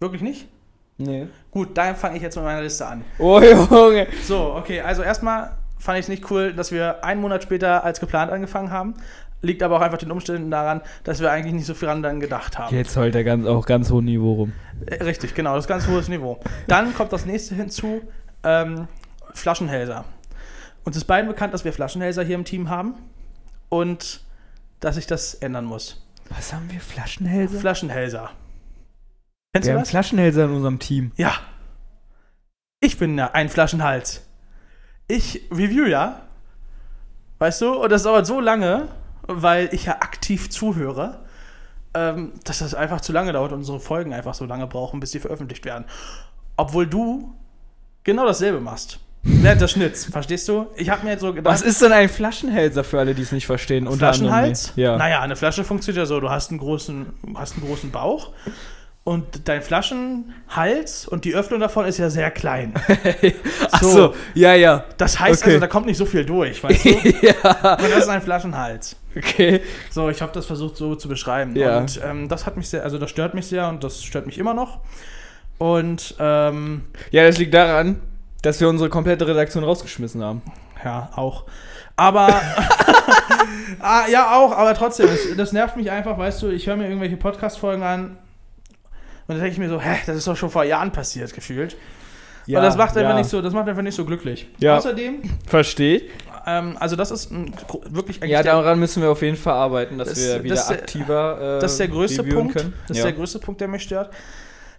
Wirklich nicht? Nee. Gut, dann fange ich jetzt mit meiner Liste an. Oh Junge. So, okay, also erstmal fand ich es nicht cool, dass wir einen Monat später als geplant angefangen haben. Liegt aber auch einfach den Umständen daran, dass wir eigentlich nicht so viel daran gedacht haben. Jetzt heult er ganz, auch ganz hohem Niveau rum. Äh, Richtig, genau, das ist ganz hohes Niveau. Dann kommt das nächste hinzu: ähm, Flaschenhälser. Uns ist beiden bekannt, dass wir Flaschenhälser hier im Team haben und dass ich das ändern muss. Was haben wir? Flaschenhälse? Flaschenhälser. Kennst Also du wir haben das? Flaschenhälse in unserem Team. ja. Ich bin ja ein Flaschenhals. Ich review ja. Weißt du? Und das dauert so lange, weil ich ja aktiv zuhöre, ähm, dass das einfach zu lange dauert und unsere Folgen einfach so lange brauchen, bis sie veröffentlicht werden. Obwohl du genau dasselbe machst. Während des Schnitts, verstehst du? Ich habe mir jetzt so gedacht. Was ist denn ein Flaschenhälser für alle, die es nicht verstehen? Unter anderem, Flaschenhals? nee. Ja. Naja, eine Flasche funktioniert ja so, du hast einen großen, hast einen großen Bauch und dein Flaschenhals und die Öffnung davon ist ja sehr klein. Ach so. Ja, ja. Das heißt Okay. also, da kommt nicht so viel durch, weißt du? ja. Und das ist ein Flaschenhals. Okay. So, ich habe das versucht so zu beschreiben. Ja. Und ähm, das hat mich sehr, also das stört mich sehr und das stört mich immer noch. Und ähm, Ja, das liegt daran, dass wir unsere komplette Redaktion rausgeschmissen haben. ja, auch. Aber ah, ja, auch, aber trotzdem, das, das nervt mich einfach, weißt du, ich höre mir irgendwelche Podcast-Folgen an und dann denke ich mir so, hä, das ist doch schon vor Jahren passiert, gefühlt. Ja, und das macht einfach ja. nicht so, das macht einfach nicht so glücklich. Ja. Außerdem, Verstehe ich. ähm, also das ist ein, gro- wirklich eigentlich Ja, der- daran müssen wir auf jeden Fall arbeiten, dass Das- wir wieder das- aktiver. Äh, Das ist der größte reviewen Punkt. Können. Das ist ja. der größte Punkt, der mich stört.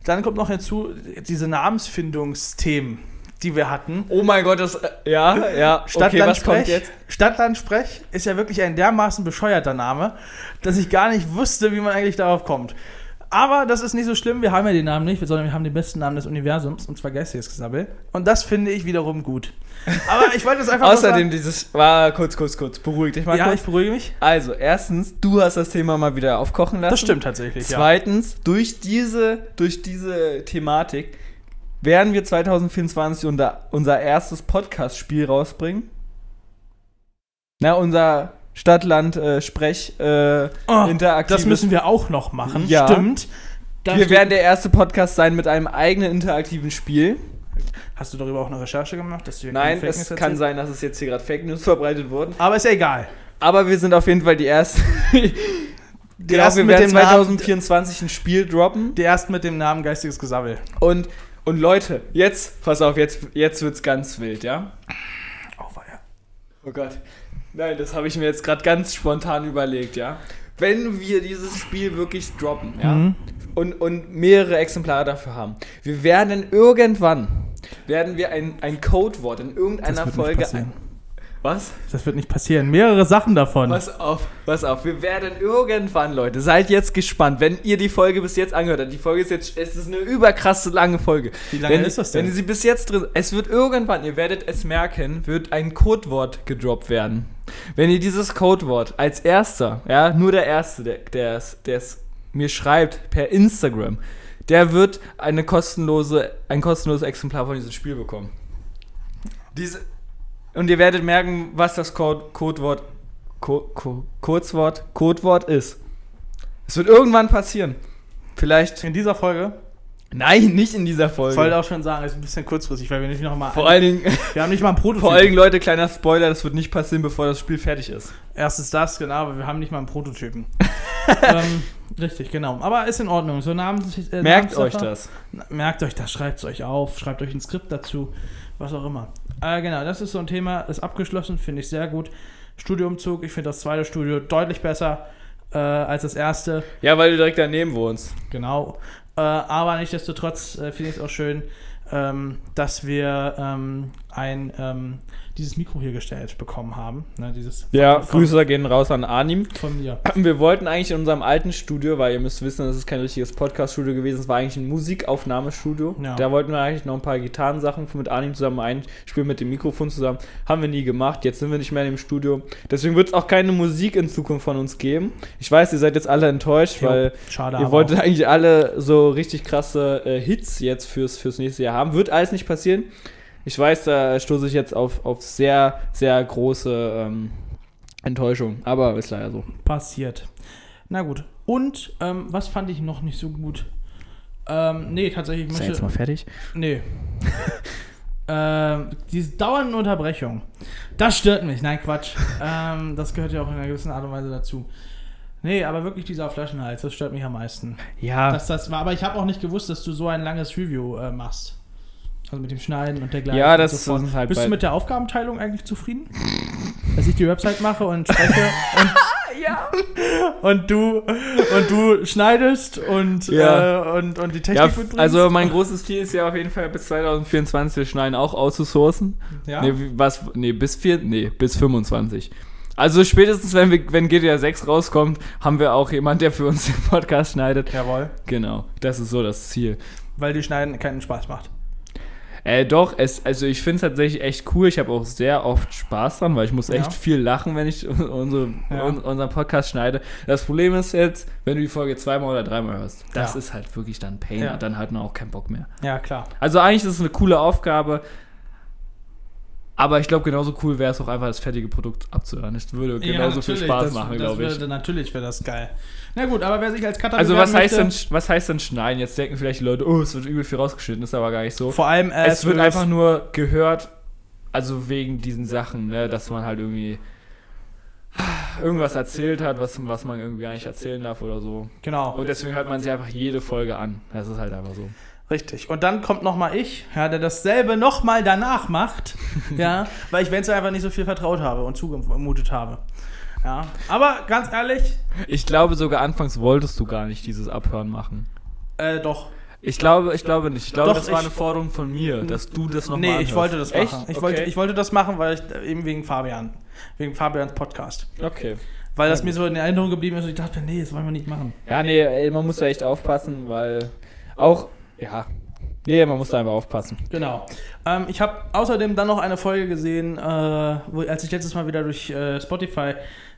Dann kommt noch hinzu diese Namensfindungsthemen, die wir hatten. oh mein Gott, das. äh, Ja, ja. Okay, was kommt jetzt? Stadtlandsprech ist ja wirklich ein dermaßen bescheuerter Name, dass ich gar nicht wusste, wie man eigentlich darauf kommt. Aber das ist nicht so schlimm, wir haben ja den Namen nicht, sondern wir haben den besten Namen des Universums, und zwar Geistiges Gesabbel. Und das finde ich wiederum gut. Aber ich wollte es einfach nur Außerdem dieses. War kurz, kurz, kurz. Beruhig dich mal sagen. Ja, kurz. ich beruhige mich. Also, erstens, du hast das Thema mal wieder aufkochen lassen. Das stimmt tatsächlich, ja. Zweitens, durch diese, durch diese Thematik werden wir 2024 unser, unser erstes Podcast-Spiel rausbringen. Na, unser Stadtland-Sprech. Äh, Oh, interaktives- das müssen wir auch noch machen, Ja. stimmt. Da wir steht- werden der erste Podcast sein mit einem eigenen interaktiven Spiel. Hast du darüber auch eine Recherche gemacht? Dass du hier keine Nein, Fake es News kann erzählst? sein, dass es jetzt hier gerade Fake News verbreitet wurden. Aber ist ja egal. Aber wir sind auf jeden Fall die ersten. genau, ersten wir mit werden dem Namen- 2024 ein Spiel droppen. Die ersten mit dem Namen Geistiges Gesabbel. Und, und Leute, jetzt, pass auf, jetzt, jetzt wird's ganz wild, ja? Oh Gott. Nein, das habe ich mir jetzt gerade ganz spontan überlegt, ja? Wenn wir dieses Spiel wirklich droppen, ja? Mhm. Und, und mehrere Exemplare dafür haben, wir werden irgendwann, werden wir ein, ein Codewort in Das irgendeiner wird nicht Folge... passieren. was? Das wird nicht passieren. Mehrere Sachen davon. Pass auf, pass auf, wir werden irgendwann, Leute, seid jetzt gespannt, wenn ihr die Folge bis jetzt angehört habt. Die Folge ist jetzt, es ist eine überkrasse lange Folge. Wie lange wenn, ist das denn? Wenn ihr sie bis jetzt drin, es wird irgendwann, ihr werdet es merken, wird ein Codewort gedroppt werden. Wenn ihr dieses Codewort als erster, ja, nur der Erste, der der es der es mir schreibt per Instagram, der wird eine kostenlose, ein kostenloses Exemplar von diesem Spiel bekommen. Diese, und ihr werdet merken, was das Code, Codewort, Co, Co, Kurzwort, Codewort ist. Es wird irgendwann passieren. Vielleicht In dieser Folge. Nein, nicht in dieser Folge. Ich wollte auch schon sagen, es ist ein bisschen kurzfristig, weil wir nicht noch mal. vor allen Dingen, wir haben nicht mal ein Prototyp. vor allen Dingen, Leute, kleiner Spoiler, das wird nicht passieren, bevor das Spiel fertig ist. Erstens das, genau, aber wir haben nicht mal einen Prototypen. ähm, richtig, genau. Aber ist in Ordnung. So Namens, äh, Merkt Namenssache- euch das. Na, Merkt euch das, schreibt es euch auf, schreibt euch ein Skript dazu, was auch immer. Äh, genau, das ist so ein Thema, ist abgeschlossen, finde ich sehr gut. Studioumzug, ich finde das zweite Studio deutlich besser äh, als das erste. Ja, weil du direkt daneben wohnst. Genau. Äh, aber nichtsdestotrotz äh, finde ich es auch schön, ähm, dass wir ähm, ein, ähm, dieses Mikro hier gestellt bekommen haben. Ne, dieses Ja, von, Grüße gehen raus an Arnim. von mir. Wir wollten eigentlich in unserem alten Studio, weil ihr müsst wissen, das ist kein richtiges Podcast-Studio gewesen, es war eigentlich ein Musikaufnahmestudio. Ja. Da wollten wir eigentlich noch ein paar Gitarrensachen mit Arnim zusammen einspielen, mit dem Mikrofon zusammen. Haben wir nie gemacht, jetzt sind wir nicht mehr in dem Studio. Deswegen wird es auch keine Musik in Zukunft von uns geben. Ich weiß, ihr seid jetzt alle enttäuscht, weil schade. ihr aber wolltet eigentlich alle so richtig krasse äh, Hits jetzt fürs, fürs nächste Jahr haben. Wird alles nicht passieren. Ich weiß, da stoße ich jetzt auf, auf sehr, sehr große ähm, Enttäuschung. Aber ist leider so. passiert. Na gut. Und ähm, was fand ich noch nicht so gut? Ähm, nee, tatsächlich. Ist er möchte- jetzt mal fertig? Nee. ähm, diese dauernden Unterbrechungen. Das stört mich. Nein, Quatsch. ähm, das gehört ja auch in einer gewissen Art und Weise dazu. Nee, aber wirklich dieser Flaschenhals, das stört mich am meisten. Ja. Dass das war, aber ich habe auch nicht gewusst, dass du so ein langes Review äh, machst. Also mit dem Schneiden und dergleichen. ja, und das so fort. sind halt Bist du bei- mit der Aufgabenteilung eigentlich zufrieden? Dass ich die Website mache und spreche und, und du und du schneidest und, Ja. äh, und, und die Technik ja, f- mitbringst? also mein großes Ziel ist ja auf jeden Fall bis 2024 wir schneiden auch auszusourcen. ja? Nee, wie- was nee, bis vier, nee, bis 25. Also spätestens wenn wir wenn GTA 6 rauskommt, haben wir auch jemand, der für uns den Podcast schneidet. Jawohl. Genau, das ist so das Ziel. Weil die Schneiden keinen Spaß macht. Äh, doch, es, also ich finde es tatsächlich echt cool. Ich habe auch sehr oft Spaß dran, weil ich muss echt Ja. viel lachen, wenn ich unsere, Ja. un, unseren Podcast schneide. Das Problem ist jetzt, wenn du die Folge zweimal oder dreimal hörst, das Ja. ist halt wirklich dann Pain Ja. und dann hat man auch keinen Bock mehr. Ja, klar. Also eigentlich ist es eine coole Aufgabe, aber ich glaube, genauso cool wäre es auch einfach, das fertige Produkt abzuhören. Es würde genauso viel Spaß machen, glaube ich. Natürlich wäre das geil. Na gut, aber wer sich als Cutter Also was bewerben heißt, denn, möchte- was heißt denn schneiden? Jetzt denken vielleicht die Leute, oh, es wird übel viel rausgeschnitten, ist aber gar nicht so. Vor allem äh, es wird für- einfach nur gehört, also wegen diesen Sachen, ne, dass man halt irgendwie irgendwas erzählt hat, was, was man irgendwie gar nicht erzählen darf oder so. Genau, Und deswegen hört man sich einfach jede Folge an. Das ist halt einfach so. richtig. Und dann kommt nochmal ich, ja, der dasselbe nochmal danach macht, ja, weil ich Wenzel einfach nicht so viel vertraut habe und zugemutet habe. Ja, aber ganz ehrlich, Ich glaube sogar anfangs wolltest du gar nicht dieses Abhören machen. äh, doch. Ich glaube, ich glaube nicht. Ich glaube, Doch, das war ich- eine Forderung von mir, dass du das nochmal Nee, ich wollte das machen. Ich, Echt? wollte, okay. ich wollte das machen, weil ich eben wegen Fabian, wegen Fabians Podcast. okay. Weil das mir so in Erinnerung geblieben ist und ich dachte, nee, das wollen wir nicht machen. Ja, nee, ey, man muss da echt aufpassen, weil auch, ja. Nee, man muss da einfach aufpassen. Genau. Ähm, ich habe außerdem dann noch eine Folge gesehen, äh, wo, als ich letztes Mal wieder durch äh, Spotify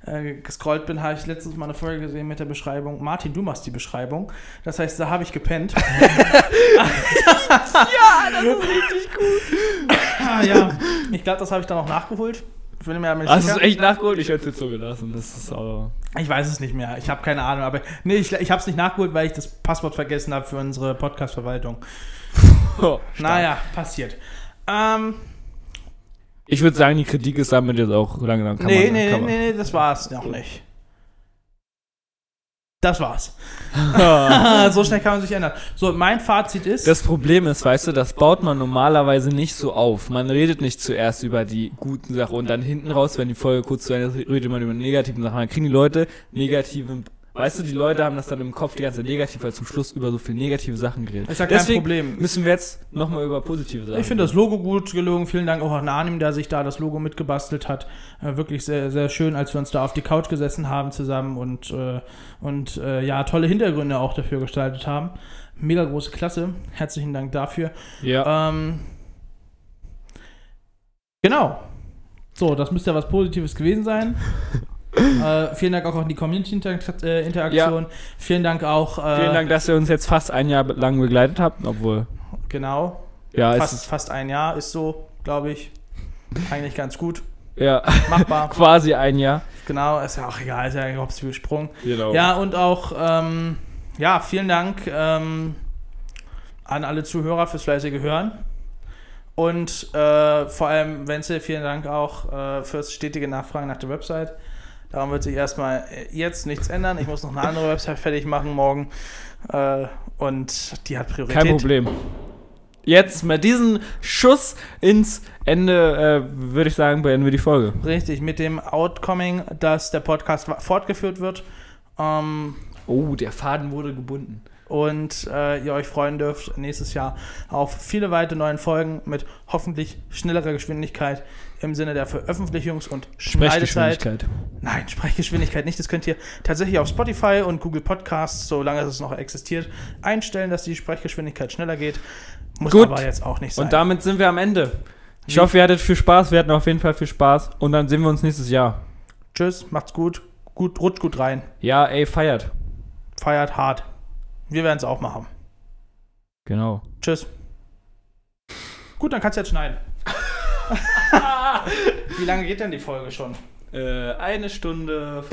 äh, gescrollt bin, habe ich letztes Mal eine Folge gesehen mit der Beschreibung. Martin, du machst die Beschreibung. Das heißt, da habe ich gepennt. ja, das ist richtig gut. ah, ja. Ich glaube, das habe ich dann auch nachgeholt. Ich bin mir aber nicht Das sicher. ist echt nachgeholt, ich hätte es jetzt so gelassen. Das ist aber. Ich weiß es nicht mehr. Ich habe keine Ahnung. Aber nee, ich, ich habe es nicht nachgeholt, weil ich das Passwort vergessen habe für unsere Podcast-Verwaltung. Oh, Naja, passiert. Ähm, Ich würde sagen, die Kritik ist damit jetzt auch langsam. nee, nee, nee, nee, das war's noch nicht. Das war's. so schnell kann man sich ändern. So, mein Fazit ist, Das Problem ist, weißt du, das baut man normalerweise nicht so auf. Man redet nicht zuerst über die guten Sachen und dann hinten raus, wenn die Folge kurz zu Ende ist, redet man über die negativen Sachen. Dann kriegen die Leute negativen. Weißt du, die Leute haben das dann im Kopf die ganze Zeit negativ, weil zum Schluss über so viele negative Sachen geredet. Ist ja kein Deswegen Problem. müssen wir jetzt nochmal über positive Sachen ich finde das Logo gut gelungen. Vielen Dank auch an Arnim, der sich da das Logo mitgebastelt hat. Äh, wirklich sehr, sehr schön, als wir uns da auf die Couch gesessen haben zusammen und, äh, und äh, ja, tolle Hintergründe auch dafür gestaltet haben. Mega große Klasse. Herzlichen Dank dafür. reden. Ja. Ähm, genau. So, das müsste ja was Positives gewesen sein. äh, vielen Dank auch an die Community-Interaktion. Vielen Dank auch. Äh, Vielen Dank, dass ihr uns jetzt fast ein Jahr lang begleitet habt, obwohl. Genau. Ja, es Fast, ist, fast ein Jahr ist so, glaube ich. Eigentlich ganz gut. ja Machbar. quasi ein Jahr. genau. Ist ja auch egal. Ist ja eigentlich hops wie Oh. gesprungen. Genau. Ja, und auch. Ähm, ja, vielen Dank ähm, an alle Zuhörer fürs fleißige Hören. Und äh, vor allem, Wenzel, vielen Dank auch äh, fürs stetige Nachfragen nach der Website. Daran wird sich erstmal äh, jetzt nichts ändern. Ich muss noch eine andere Website fertig machen morgen. Äh, und die hat Priorität. Kein Problem. Jetzt mit diesem Schuss ins Ende äh, würde ich sagen, beenden wir die Folge. Richtig, mit dem Outcoming, dass der Podcast wa- fortgeführt wird. Ähm, Oh, der Faden wurde gebunden. und äh, ihr euch freuen dürft nächstes Jahr auf viele weitere neuen Folgen mit hoffentlich schnellerer Geschwindigkeit im Sinne der Veröffentlichungs- und Schneidezeit. Nein, Sprechgeschwindigkeit nicht. Das könnt ihr tatsächlich auf Spotify und Google Podcasts, solange es noch existiert, einstellen, dass die Sprechgeschwindigkeit schneller geht. Muss Gut. aber jetzt auch nicht sein. Und damit sind wir am Ende. Ich Wie- hoffe, ihr hattet viel Spaß. Wir hatten auf jeden Fall viel Spaß. Und dann sehen wir uns nächstes Jahr. Tschüss, macht's gut, gut, rutscht gut rein, Ja, ey, feiert. feiert hart. Wir werden es auch machen. Genau. Tschüss. Gut, dann kannst du jetzt schneiden. Wie lange geht denn die Folge schon? Äh, eine Stunde.